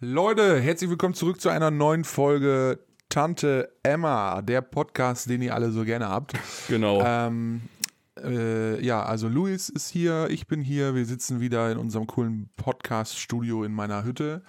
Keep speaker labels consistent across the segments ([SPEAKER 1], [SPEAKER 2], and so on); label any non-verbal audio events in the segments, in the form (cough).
[SPEAKER 1] Leute, herzlich willkommen zurück zu einer neuen Folge Tante Emma, der Podcast, den ihr alle so gerne habt.
[SPEAKER 2] Genau.
[SPEAKER 1] Ähm, äh, ja, also Luis ist hier, ich bin hier, wir sitzen wieder in unserem coolen Podcast-Studio in meiner Hütte.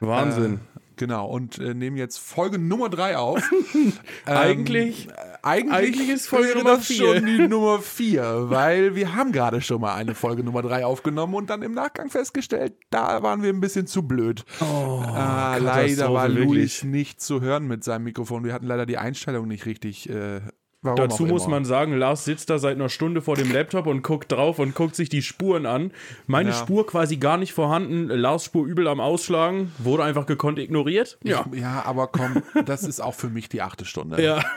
[SPEAKER 2] Wahnsinn.
[SPEAKER 1] Äh, genau, und äh, nehmen jetzt Folge Nummer 3
[SPEAKER 2] (laughs)
[SPEAKER 1] auf. Ähm,
[SPEAKER 2] Eigentlich-
[SPEAKER 1] äh, eigentlich,
[SPEAKER 2] eigentlich ist Folge
[SPEAKER 1] wäre
[SPEAKER 2] Nummer
[SPEAKER 1] das
[SPEAKER 2] vier.
[SPEAKER 1] schon die Nummer 4, weil wir haben gerade schon mal eine Folge Nummer 3 aufgenommen und dann im Nachgang festgestellt, da waren wir ein bisschen zu blöd. ah, leider
[SPEAKER 2] Oh, Katastrophe,
[SPEAKER 1] war Luis
[SPEAKER 2] wirklich.
[SPEAKER 1] nicht zu hören mit seinem Mikrofon. Wir hatten leider die Einstellung nicht richtig. Äh, warum
[SPEAKER 2] Dazu
[SPEAKER 1] auch
[SPEAKER 2] muss
[SPEAKER 1] immer.
[SPEAKER 2] man sagen, Lars sitzt da seit einer Stunde vor dem Laptop und guckt drauf und guckt sich die Spuren an. Meine
[SPEAKER 1] Ja.
[SPEAKER 2] Spur quasi gar nicht vorhanden, Lars Spur übel am Ausschlagen, wurde einfach gekonnt ignoriert. Ja.
[SPEAKER 1] Ja, aber komm, das ist auch für mich die achte Stunde.
[SPEAKER 2] ja. (laughs)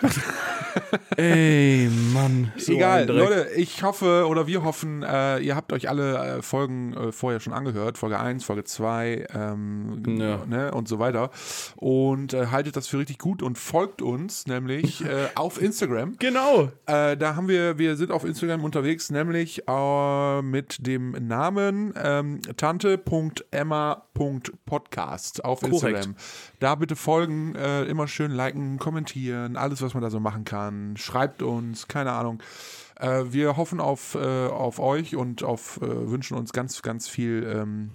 [SPEAKER 2] Ey, Mann. So
[SPEAKER 1] Egal,
[SPEAKER 2] ein Dreck.
[SPEAKER 1] Leute, ich hoffe oder wir hoffen, äh, ihr habt euch alle äh, Folgen äh, vorher schon angehört, Folge 1, Folge 2 ähm,
[SPEAKER 2] Ja.
[SPEAKER 1] ne, und so weiter. Und äh, haltet das für richtig gut und folgt uns
[SPEAKER 2] (laughs)
[SPEAKER 1] nämlich äh, auf Instagram.
[SPEAKER 2] Genau.
[SPEAKER 1] Äh, da haben wir, wir sind auf Instagram unterwegs, nämlich äh, mit dem Namen ähm, tante.emma.podcast auf
[SPEAKER 2] Korrekt.
[SPEAKER 1] Instagram. Da bitte folgen, äh, immer schön liken, kommentieren, alles, was man da so machen kann. Schreibt uns, keine Ahnung. Äh, wir hoffen auf, äh, auf euch und auf, äh, wünschen uns ganz, ganz viel, ähm,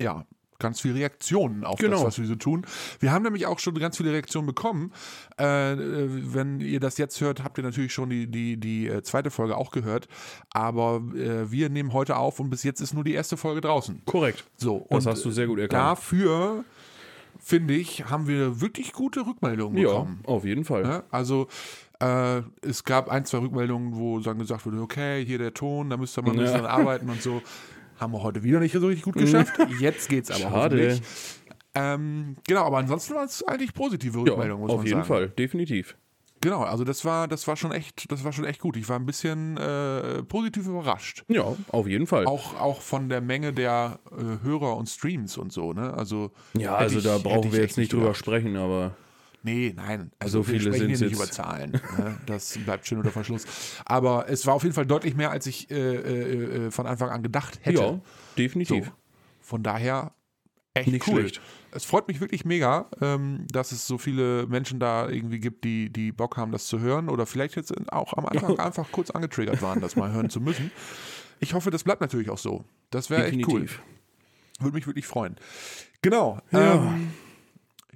[SPEAKER 1] ja, ganz viel Reaktionen auf das,
[SPEAKER 2] Genau.
[SPEAKER 1] was wir so tun. Wir haben nämlich auch schon ganz viele Reaktionen bekommen. Äh, äh, wenn ihr das jetzt hört, habt ihr natürlich schon die, die, die äh, zweite Folge auch gehört. Aber äh, wir nehmen heute auf und bis jetzt ist nur die erste Folge draußen.
[SPEAKER 2] Korrekt.
[SPEAKER 1] So,
[SPEAKER 2] Das
[SPEAKER 1] und
[SPEAKER 2] hast du sehr gut erkannt.
[SPEAKER 1] dafür, finde ich, haben wir wirklich gute Rückmeldungen
[SPEAKER 2] Ja,
[SPEAKER 1] bekommen.
[SPEAKER 2] auf jeden Fall.
[SPEAKER 1] Ne? Also äh, es gab ein, zwei Rückmeldungen, wo dann gesagt wurde, okay, hier der Ton, da müsst ihr mal ein
[SPEAKER 2] Ja. Mhm.
[SPEAKER 1] bisschen dran arbeiten und so. Haben wir heute wieder nicht so richtig gut geschafft. Jetzt geht's aber
[SPEAKER 2] Schade.
[SPEAKER 1] hoffentlich. Ähm, genau, aber ansonsten war es eigentlich positive
[SPEAKER 2] Ja,
[SPEAKER 1] Rückmeldung, muss
[SPEAKER 2] auf
[SPEAKER 1] man
[SPEAKER 2] jeden
[SPEAKER 1] sagen.
[SPEAKER 2] Fall, definitiv.
[SPEAKER 1] Genau, also das war, das war schon echt, das war schon echt gut. Ich war ein bisschen äh, positiv überrascht.
[SPEAKER 2] Ja, auf jeden Fall.
[SPEAKER 1] Auch, auch von der Menge der äh, Hörer und Streams und so, ne? Also,
[SPEAKER 2] ja,
[SPEAKER 1] hätte
[SPEAKER 2] also
[SPEAKER 1] ich-
[SPEAKER 2] da
[SPEAKER 1] hätte
[SPEAKER 2] brauchen
[SPEAKER 1] ich
[SPEAKER 2] wir
[SPEAKER 1] echt
[SPEAKER 2] jetzt nicht drüber
[SPEAKER 1] gedacht.
[SPEAKER 2] sprechen, aber
[SPEAKER 1] Nee, nein. Also
[SPEAKER 2] So viele
[SPEAKER 1] wir sprechen hier nicht
[SPEAKER 2] sind's jetzt.
[SPEAKER 1] über Zahlen. Ne? Das bleibt schön unter Verschluss. Aber es war auf jeden Fall deutlich mehr, als ich äh, äh, äh, von Anfang an gedacht hätte. äh,
[SPEAKER 2] ja, definitiv.
[SPEAKER 1] So. Von daher echt
[SPEAKER 2] Nicht
[SPEAKER 1] cool.
[SPEAKER 2] schlecht.
[SPEAKER 1] Es freut mich wirklich mega, ähm, dass es so viele Menschen da irgendwie gibt, die, die Bock haben, das zu hören. Oder vielleicht jetzt auch am Anfang einfach kurz angetriggert waren, das mal hören zu müssen. Ich hoffe, das bleibt natürlich auch so. Das wäre echt cool.
[SPEAKER 2] Definitiv.
[SPEAKER 1] Würde mich wirklich freuen. Genau.
[SPEAKER 2] Ja.
[SPEAKER 1] Ähm,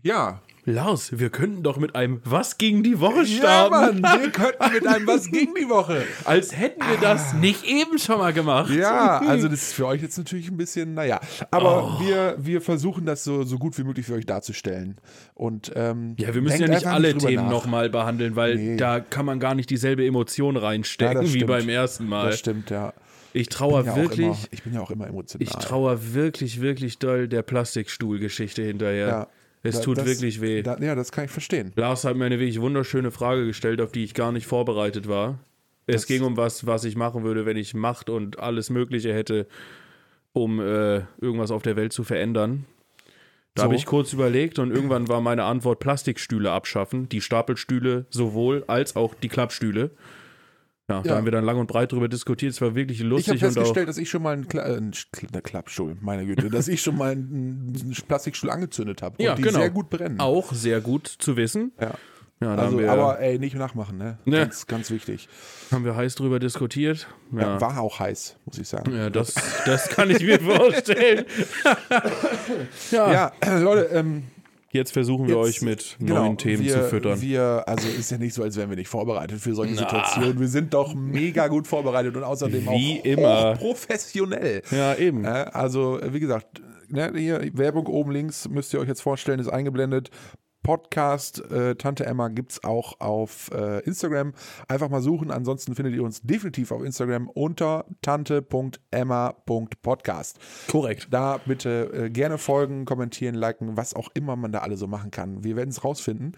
[SPEAKER 1] ja,
[SPEAKER 2] Lars, wir könnten doch mit einem Was gegen die Woche
[SPEAKER 1] Ja,
[SPEAKER 2] starten. (laughs)
[SPEAKER 1] Mann, wir könnten mit einem Was ging die Woche.
[SPEAKER 2] Als hätten wir das nicht eben schon mal gemacht.
[SPEAKER 1] Ah.
[SPEAKER 2] Mhm.
[SPEAKER 1] Ja, also das ist für euch jetzt natürlich ein bisschen, naja.
[SPEAKER 2] Oh.
[SPEAKER 1] Aber wir, wir versuchen das so, so gut wie möglich für euch darzustellen. Und, ähm,
[SPEAKER 2] Ja, wir müssen
[SPEAKER 1] denkt
[SPEAKER 2] ja nicht
[SPEAKER 1] einfach
[SPEAKER 2] alle
[SPEAKER 1] drüber
[SPEAKER 2] Themen
[SPEAKER 1] nach.
[SPEAKER 2] nochmal behandeln, weil
[SPEAKER 1] Nee.
[SPEAKER 2] da kann man gar nicht dieselbe Emotion
[SPEAKER 1] Ja,
[SPEAKER 2] reinstecken
[SPEAKER 1] das
[SPEAKER 2] wie
[SPEAKER 1] stimmt.
[SPEAKER 2] beim ersten Mal.
[SPEAKER 1] Das stimmt, ja.
[SPEAKER 2] Ich trauere
[SPEAKER 1] ja Auch immer,
[SPEAKER 2] wirklich,
[SPEAKER 1] ich bin ja auch immer emotional.
[SPEAKER 2] ich trauere wirklich, wirklich doll der Plastikstuhlgeschichte hinterher.
[SPEAKER 1] Ja.
[SPEAKER 2] Es
[SPEAKER 1] Da-
[SPEAKER 2] tut
[SPEAKER 1] das-
[SPEAKER 2] wirklich weh.
[SPEAKER 1] Da, ja, das kann ich verstehen.
[SPEAKER 2] Lars hat mir eine wirklich wunderschöne Frage gestellt, auf die ich gar nicht vorbereitet war. Es ging um was, was ich machen würde, wenn ich Macht und alles Mögliche hätte, um äh, irgendwas auf der Welt zu verändern. Da
[SPEAKER 1] So.
[SPEAKER 2] habe ich kurz überlegt und irgendwann war meine Antwort Plastikstühle abschaffen, die Stapelstühle sowohl als auch die Klappstühle. Ja,
[SPEAKER 1] Ja.
[SPEAKER 2] da haben wir dann lang und breit drüber diskutiert. Es war wirklich
[SPEAKER 1] Ich habe
[SPEAKER 2] lustig und auch
[SPEAKER 1] festgestellt, dass ich schon mal einen, Kla äh, einen Sch- eine Klappstuhl, meine Güte, dass ich schon mal einen, einen Plastikstuhl angezündet habe und
[SPEAKER 2] Ja,
[SPEAKER 1] die
[SPEAKER 2] genau.
[SPEAKER 1] sehr gut brennen.
[SPEAKER 2] auch sehr gut zu wissen.
[SPEAKER 1] Ja.
[SPEAKER 2] Ja, da haben,
[SPEAKER 1] Also,
[SPEAKER 2] wir,
[SPEAKER 1] aber ey, nicht nachmachen, ne?
[SPEAKER 2] Ne.
[SPEAKER 1] Ganz, ganz wichtig.
[SPEAKER 2] haben wir heiß drüber diskutiert.
[SPEAKER 1] Ja, war auch heiß, muss ich sagen.
[SPEAKER 2] Ja, das, das kann ich (laughs) mir vorstellen. ja.
[SPEAKER 1] Ja, Leute, ähm,
[SPEAKER 2] Jetzt versuchen wir
[SPEAKER 1] jetzt-
[SPEAKER 2] euch mit
[SPEAKER 1] genau,
[SPEAKER 2] neuen Themen
[SPEAKER 1] wir,
[SPEAKER 2] zu füttern.
[SPEAKER 1] Wir, also ist ja nicht so, als wären wir nicht vorbereitet für solche
[SPEAKER 2] Na.
[SPEAKER 1] Situationen. Wir sind doch mega gut vorbereitet und außerdem
[SPEAKER 2] Wie
[SPEAKER 1] auch
[SPEAKER 2] immer.
[SPEAKER 1] professionell.
[SPEAKER 2] ja, eben.
[SPEAKER 1] Also, wie gesagt, ne, hier, Werbung oben links müsst ihr euch jetzt vorstellen, ist eingeblendet. Podcast äh, Tante Emma gibt es auch auf äh, Instagram. Einfach mal suchen. Ansonsten findet ihr uns definitiv auf Instagram unter tante.emma.podcast.
[SPEAKER 2] Korrekt.
[SPEAKER 1] Da bitte äh, gerne folgen, kommentieren, liken, was auch immer man da alle so machen kann. Wir werden es rausfinden.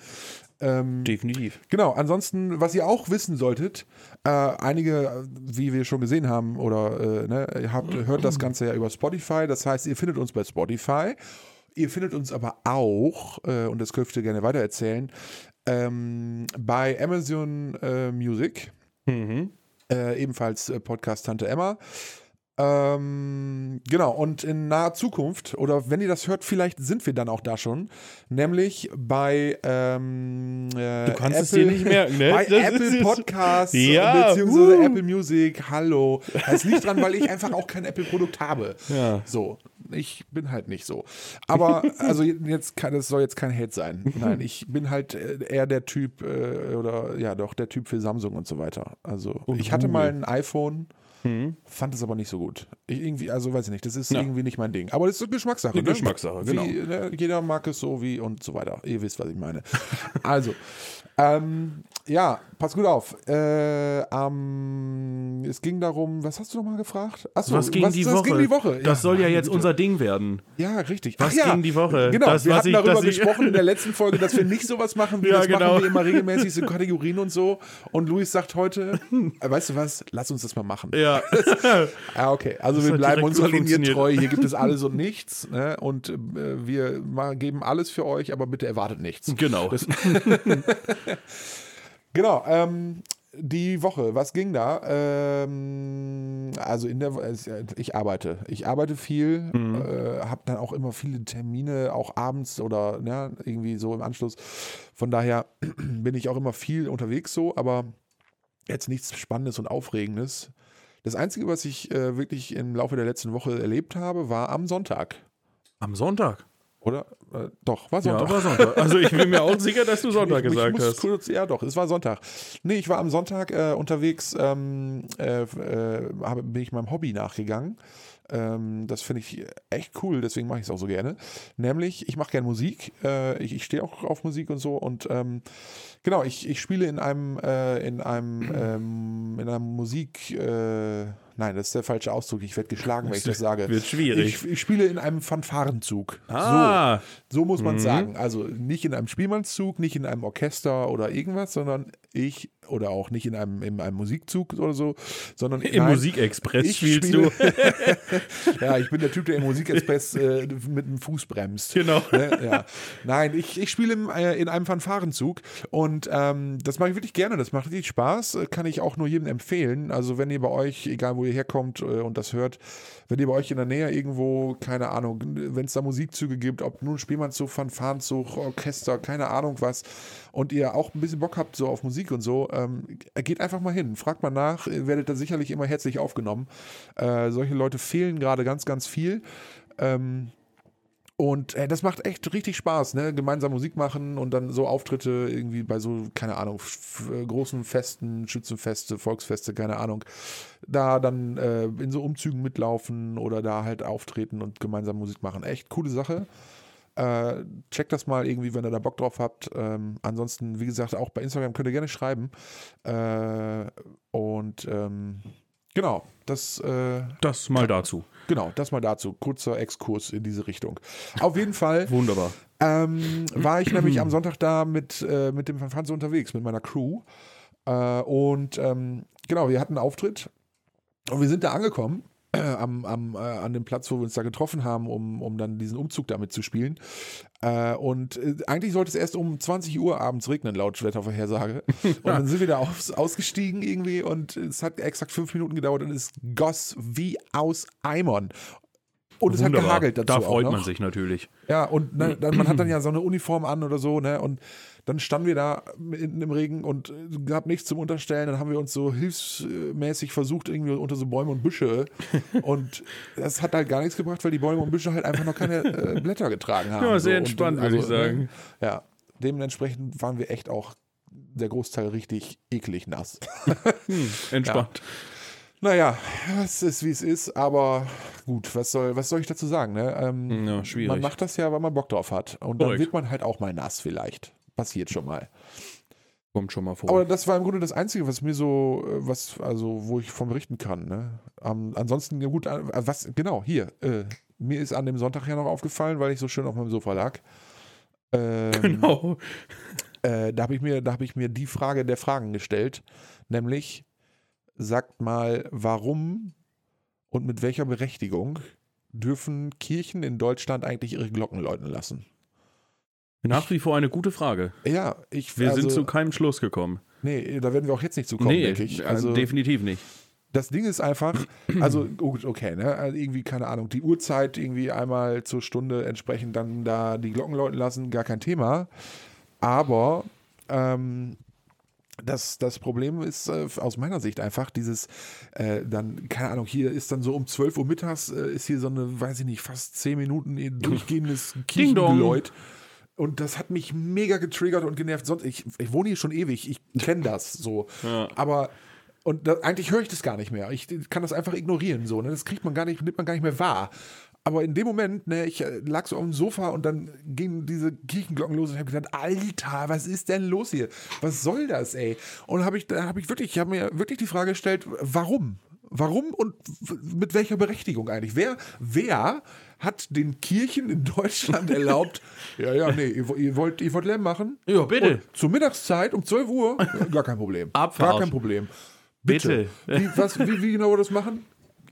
[SPEAKER 2] Definitiv.
[SPEAKER 1] Genau, ansonsten, was ihr auch wissen solltet, äh, einige, äh, wie wir schon gesehen haben, oder äh, ne, ihr habt, hört das Ganze ja über Spotify. Das heißt, ihr findet uns bei Spotify. Ihr findet uns aber auch, äh, und das dürft ihr gerne weitererzählen, ähm, bei Amazon äh, Music. Äh, ebenfalls äh, Podcast Tante Emma. Ähm, genau, und in naher Zukunft, oder wenn ihr das hört, vielleicht sind wir dann auch da schon, nämlich bei ähm, äh,
[SPEAKER 2] Du kannst
[SPEAKER 1] Apple,
[SPEAKER 2] es dir
[SPEAKER 1] (laughs)
[SPEAKER 2] nicht merken, ne?
[SPEAKER 1] Bei
[SPEAKER 2] Das ist
[SPEAKER 1] Apple
[SPEAKER 2] jetzt-
[SPEAKER 1] Podcasts
[SPEAKER 2] Ja,
[SPEAKER 1] beziehungsweise
[SPEAKER 2] uh.
[SPEAKER 1] Apple Music, hallo. Es liegt dran, weil ich einfach auch kein Apple-Produkt habe.
[SPEAKER 2] Ja.
[SPEAKER 1] So, ich bin halt nicht so. Aber also jetzt kann, das soll jetzt kein Hate
[SPEAKER 2] (laughs)
[SPEAKER 1] sein. Nein, ich bin halt äh, eher der Typ äh, oder ja doch der Typ für Samsung und so weiter. Also ich hatte mal ein iPhone, fand es aber nicht so gut. Ich irgendwie, also weiß ich nicht, das ist irgendwie nicht mein Ding. Aber das ist Geschmackssache.
[SPEAKER 2] Eine Geschmackssache, genau.
[SPEAKER 1] Wie, ne, jeder mag es so wie und so weiter. Ihr wisst, was ich
[SPEAKER 2] (laughs)
[SPEAKER 1] meine. also, ähm, ja, pass gut auf. Äh, ähm, es ging darum, was hast du nochmal gefragt? Achso,
[SPEAKER 2] Was ging, die,
[SPEAKER 1] was
[SPEAKER 2] Woche?
[SPEAKER 1] ging die Woche?
[SPEAKER 2] Das soll ja
[SPEAKER 1] meine
[SPEAKER 2] jetzt
[SPEAKER 1] Güte.
[SPEAKER 2] unser Ding werden.
[SPEAKER 1] Ja, richtig.
[SPEAKER 2] Was
[SPEAKER 1] Ach ja,
[SPEAKER 2] ging die Woche?
[SPEAKER 1] Genau,
[SPEAKER 2] Das,
[SPEAKER 1] wir
[SPEAKER 2] was
[SPEAKER 1] hatten
[SPEAKER 2] ich-
[SPEAKER 1] darüber
[SPEAKER 2] dass ich-
[SPEAKER 1] gesprochen in der letzten Folge, dass wir nicht sowas machen wie
[SPEAKER 2] Ja,
[SPEAKER 1] das
[SPEAKER 2] genau.
[SPEAKER 1] machen wir immer regelmäßig, so Kategorien und so. Und Luis sagt
[SPEAKER 2] (laughs)
[SPEAKER 1] heute, äh, weißt du was, lass uns das mal machen.
[SPEAKER 2] Ja.
[SPEAKER 1] Ah, okay. Also wir
[SPEAKER 2] hat
[SPEAKER 1] bleiben
[SPEAKER 2] direkt
[SPEAKER 1] unserer
[SPEAKER 2] gut
[SPEAKER 1] Linie
[SPEAKER 2] funktioniert.
[SPEAKER 1] treu. Hier gibt
[SPEAKER 2] (laughs)
[SPEAKER 1] es alles und nichts. Ne? Und äh, wir ma- geben alles für euch, aber bitte erwartet nichts.
[SPEAKER 2] (laughs) genau.
[SPEAKER 1] Genau. Ähm, die Woche, was ging da? Ähm, also in der, Wo- es- ich arbeite, ich arbeite viel, äh, habe dann auch immer viele Termine, auch abends oder ne, irgendwie so im Anschluss. Von daher (clears throat) bin ich auch immer viel unterwegs so, aber jetzt nichts Spannendes und Aufregendes. Das Einzige, was ich äh, wirklich im Laufe der letzten Woche erlebt habe, war am Sonntag.
[SPEAKER 2] Am Sonntag.
[SPEAKER 1] Oder? Äh, doch, war
[SPEAKER 2] Ja,
[SPEAKER 1] Sonntag.
[SPEAKER 2] war Sonntag. Also ich bin mir auch sicher, dass du Sonntag
[SPEAKER 1] ich,
[SPEAKER 2] gesagt
[SPEAKER 1] ich muss
[SPEAKER 2] hast.
[SPEAKER 1] Kurz, ja, doch, es war Sonntag. Nee, ich war am Sonntag äh, unterwegs, ähm, äh, f- äh, habe, bin ich meinem Hobby nachgegangen. Ähm, das finde ich echt cool, deswegen mache ich es auch so gerne. Nämlich, ich mache gerne Musik. Äh, ich ich stehe auch auf Musik und so. Und ähm, genau, ich, ich spiele in einem, äh, in einem, ähm, in einer Musik. Äh, nein, das ist der falsche Ausdruck. Ich werde geschlagen, wenn ich das sage.
[SPEAKER 2] wird schwierig.
[SPEAKER 1] Ich, ich spiele in einem Fanfarenzug. So.
[SPEAKER 2] Ah.
[SPEAKER 1] So muss man sagen. Also nicht in einem Spielmannszug, nicht in einem Orchester oder irgendwas, sondern ich oder auch nicht in einem, in einem Musikzug oder so, sondern
[SPEAKER 2] Im
[SPEAKER 1] nein,
[SPEAKER 2] Musikexpress
[SPEAKER 1] ich
[SPEAKER 2] spielst
[SPEAKER 1] spiele- (laughs)
[SPEAKER 2] du.
[SPEAKER 1] ja, ich bin der Typ, der im Musikexpress äh, mit dem Fuß bremst.
[SPEAKER 2] Genau.
[SPEAKER 1] (laughs) Ne? Ja. Nein, ich, ich spiele im, äh, in einem Fanfarenzug und ähm, das mache ich wirklich gerne. Das macht richtig Spaß. Äh, Kann ich auch nur jedem empfehlen. Also, wenn ihr bei euch, egal wo ihr herkommt äh, und das hört, wenn ihr bei euch in der Nähe irgendwo, keine Ahnung, wenn es da Musikzüge gibt, ob nun Spielmannszug, Fanfarenzug, Orchester, keine Ahnung was und ihr auch ein bisschen Bock habt so auf Musik und so, ähm, geht einfach mal hin. Fragt mal nach. Ihr werdet da sicherlich immer herzlich aufgenommen. Äh, solche Leute fehlen gerade ganz, ganz viel. Ähm, und äh, das macht echt richtig Spaß, ne? Gemeinsam Musik machen und dann so Auftritte irgendwie bei so, keine Ahnung, f- f- großen Festen, Schützenfeste, Volksfeste, keine Ahnung. Da dann äh, in so Umzügen mitlaufen oder da halt auftreten und gemeinsam Musik machen. Echt coole Sache. Äh, checkt das mal irgendwie, wenn ihr da Bock drauf habt. Ähm, ansonsten, wie gesagt, auch bei Instagram könnt ihr gerne schreiben. Äh, und ähm, genau, das äh,
[SPEAKER 2] Das mal dazu.
[SPEAKER 1] Genau, das mal dazu. Kurzer Exkurs in diese Richtung. Auf jeden Fall
[SPEAKER 2] Wunderbar. (clears throat)
[SPEAKER 1] ähm, war ich nämlich am Sonntag da mit, äh, mit dem Fanfanz unterwegs, mit meiner Crew. Äh, und ähm, genau, wir hatten einen Auftritt und wir sind da angekommen. äh, Am, am, äh, an dem Platz, wo wir uns da getroffen haben, um, um dann diesen Umzug damit zu spielen. Äh, und äh, eigentlich sollte es erst um 20 Uhr abends regnen, laut
[SPEAKER 2] (laughs)
[SPEAKER 1] Wettervorhersage. Und dann sind wir da aus, ausgestiegen irgendwie und es hat exakt fünf Minuten gedauert und es goss wie aus Eimern. Und es
[SPEAKER 2] Wunderbar.
[SPEAKER 1] hat gehagelt dazu.
[SPEAKER 2] da
[SPEAKER 1] auch
[SPEAKER 2] freut
[SPEAKER 1] noch.
[SPEAKER 2] man sich natürlich.
[SPEAKER 1] Ja, und na,
[SPEAKER 2] (clears throat)
[SPEAKER 1] dann, man hat dann ja so eine Uniform an oder so, ne? Und dann standen wir da mitten im Regen und äh, gab nichts zum Unterstellen. Dann haben wir uns so hilfsmäßig versucht, irgendwie unter so Bäume und Büsche.
[SPEAKER 2] (laughs)
[SPEAKER 1] Und das hat halt gar nichts gebracht, weil die Bäume und Büsche halt einfach noch keine äh, Blätter getragen haben.
[SPEAKER 2] Ja, sehr
[SPEAKER 1] so.
[SPEAKER 2] entspannt,
[SPEAKER 1] Und,
[SPEAKER 2] würde ich sagen.
[SPEAKER 1] ne, Ja, dementsprechend waren wir echt auch der Großteil richtig eklig nass.
[SPEAKER 2] Entspannt.
[SPEAKER 1] Naja, es ist wie es ist, aber gut, was soll, was soll ich dazu sagen? Ne? Ähm,
[SPEAKER 2] Ja, schwierig.
[SPEAKER 1] Man macht das ja, weil man Bock drauf hat. Und dann
[SPEAKER 2] Korrekt.
[SPEAKER 1] wird man halt auch mal nass, vielleicht. Passiert schon mal.
[SPEAKER 2] Kommt schon mal vor.
[SPEAKER 1] Aber das war im Grunde das Einzige, was mir so, äh, was, also, wo ich von berichten kann. Ne? Ähm, ansonsten, ja, gut, äh, was, genau, hier. Äh, mir ist an dem Sonntag ja noch aufgefallen, weil ich so schön auf meinem Sofa lag. Ähm,
[SPEAKER 2] (laughs) genau.
[SPEAKER 1] äh, da habe ich, mir- da hab ich mir die Frage der Fragen gestellt, nämlich, sagt mal, warum und mit welcher Berechtigung dürfen Kirchen in Deutschland eigentlich ihre Glocken läuten lassen?
[SPEAKER 2] Nach wie vor eine gute Frage.
[SPEAKER 1] Ja, ich
[SPEAKER 2] Wir
[SPEAKER 1] also,
[SPEAKER 2] sind zu keinem Schluss gekommen.
[SPEAKER 1] Nee, da werden wir auch jetzt nicht zu kommen, denke ich.
[SPEAKER 2] also
[SPEAKER 1] Also,
[SPEAKER 2] definitiv nicht.
[SPEAKER 1] Das Ding ist einfach, also gut, okay, ne? Also irgendwie, keine Ahnung, die Uhrzeit irgendwie einmal zur Stunde entsprechend dann da die Glocken läuten lassen, gar kein Thema. Aber ähm, das, das Problem ist äh, aus meiner Sicht einfach dieses, äh, dann, keine Ahnung, hier ist dann so um 12 Uhr mittags, äh, ist hier so eine, weiß ich nicht, fast 10 Minuten eh durchgehendes Kirchengeläut. Und das hat mich mega getriggert und genervt. Sonst, ich, ich wohne hier schon ewig, ich kenne das so.
[SPEAKER 2] Ja.
[SPEAKER 1] Aber, und da, eigentlich höre ich das gar nicht mehr. Ich kann das einfach ignorieren so. Ne? Das kriegt man gar nicht, nimmt man gar nicht mehr wahr. Aber in dem Moment, ne, ich äh, lag so auf dem Sofa und dann gingen diese Kirchenglocken los und ich habe gedacht, Alter, was ist denn los hier? Was soll das, ey? Und habe ich, da habe ich wirklich, ich habe mir wirklich die Frage gestellt, warum? Warum und w- mit welcher Berechtigung eigentlich? Wer, wer hat den Kirchen in
[SPEAKER 2] (laughs)
[SPEAKER 1] Deutschland erlaubt, ja, ja, nee, ihr, wo- ihr wollt, ihr wollt Lärm machen?
[SPEAKER 2] Ja, bitte.
[SPEAKER 1] Und zur Mittagszeit um 12
[SPEAKER 2] (laughs)
[SPEAKER 1] Uhr? Gar kein Problem.
[SPEAKER 2] Abfahrt.
[SPEAKER 1] Gar kein Problem. Bitte. Wie, was, wie, wie genau wir das machen?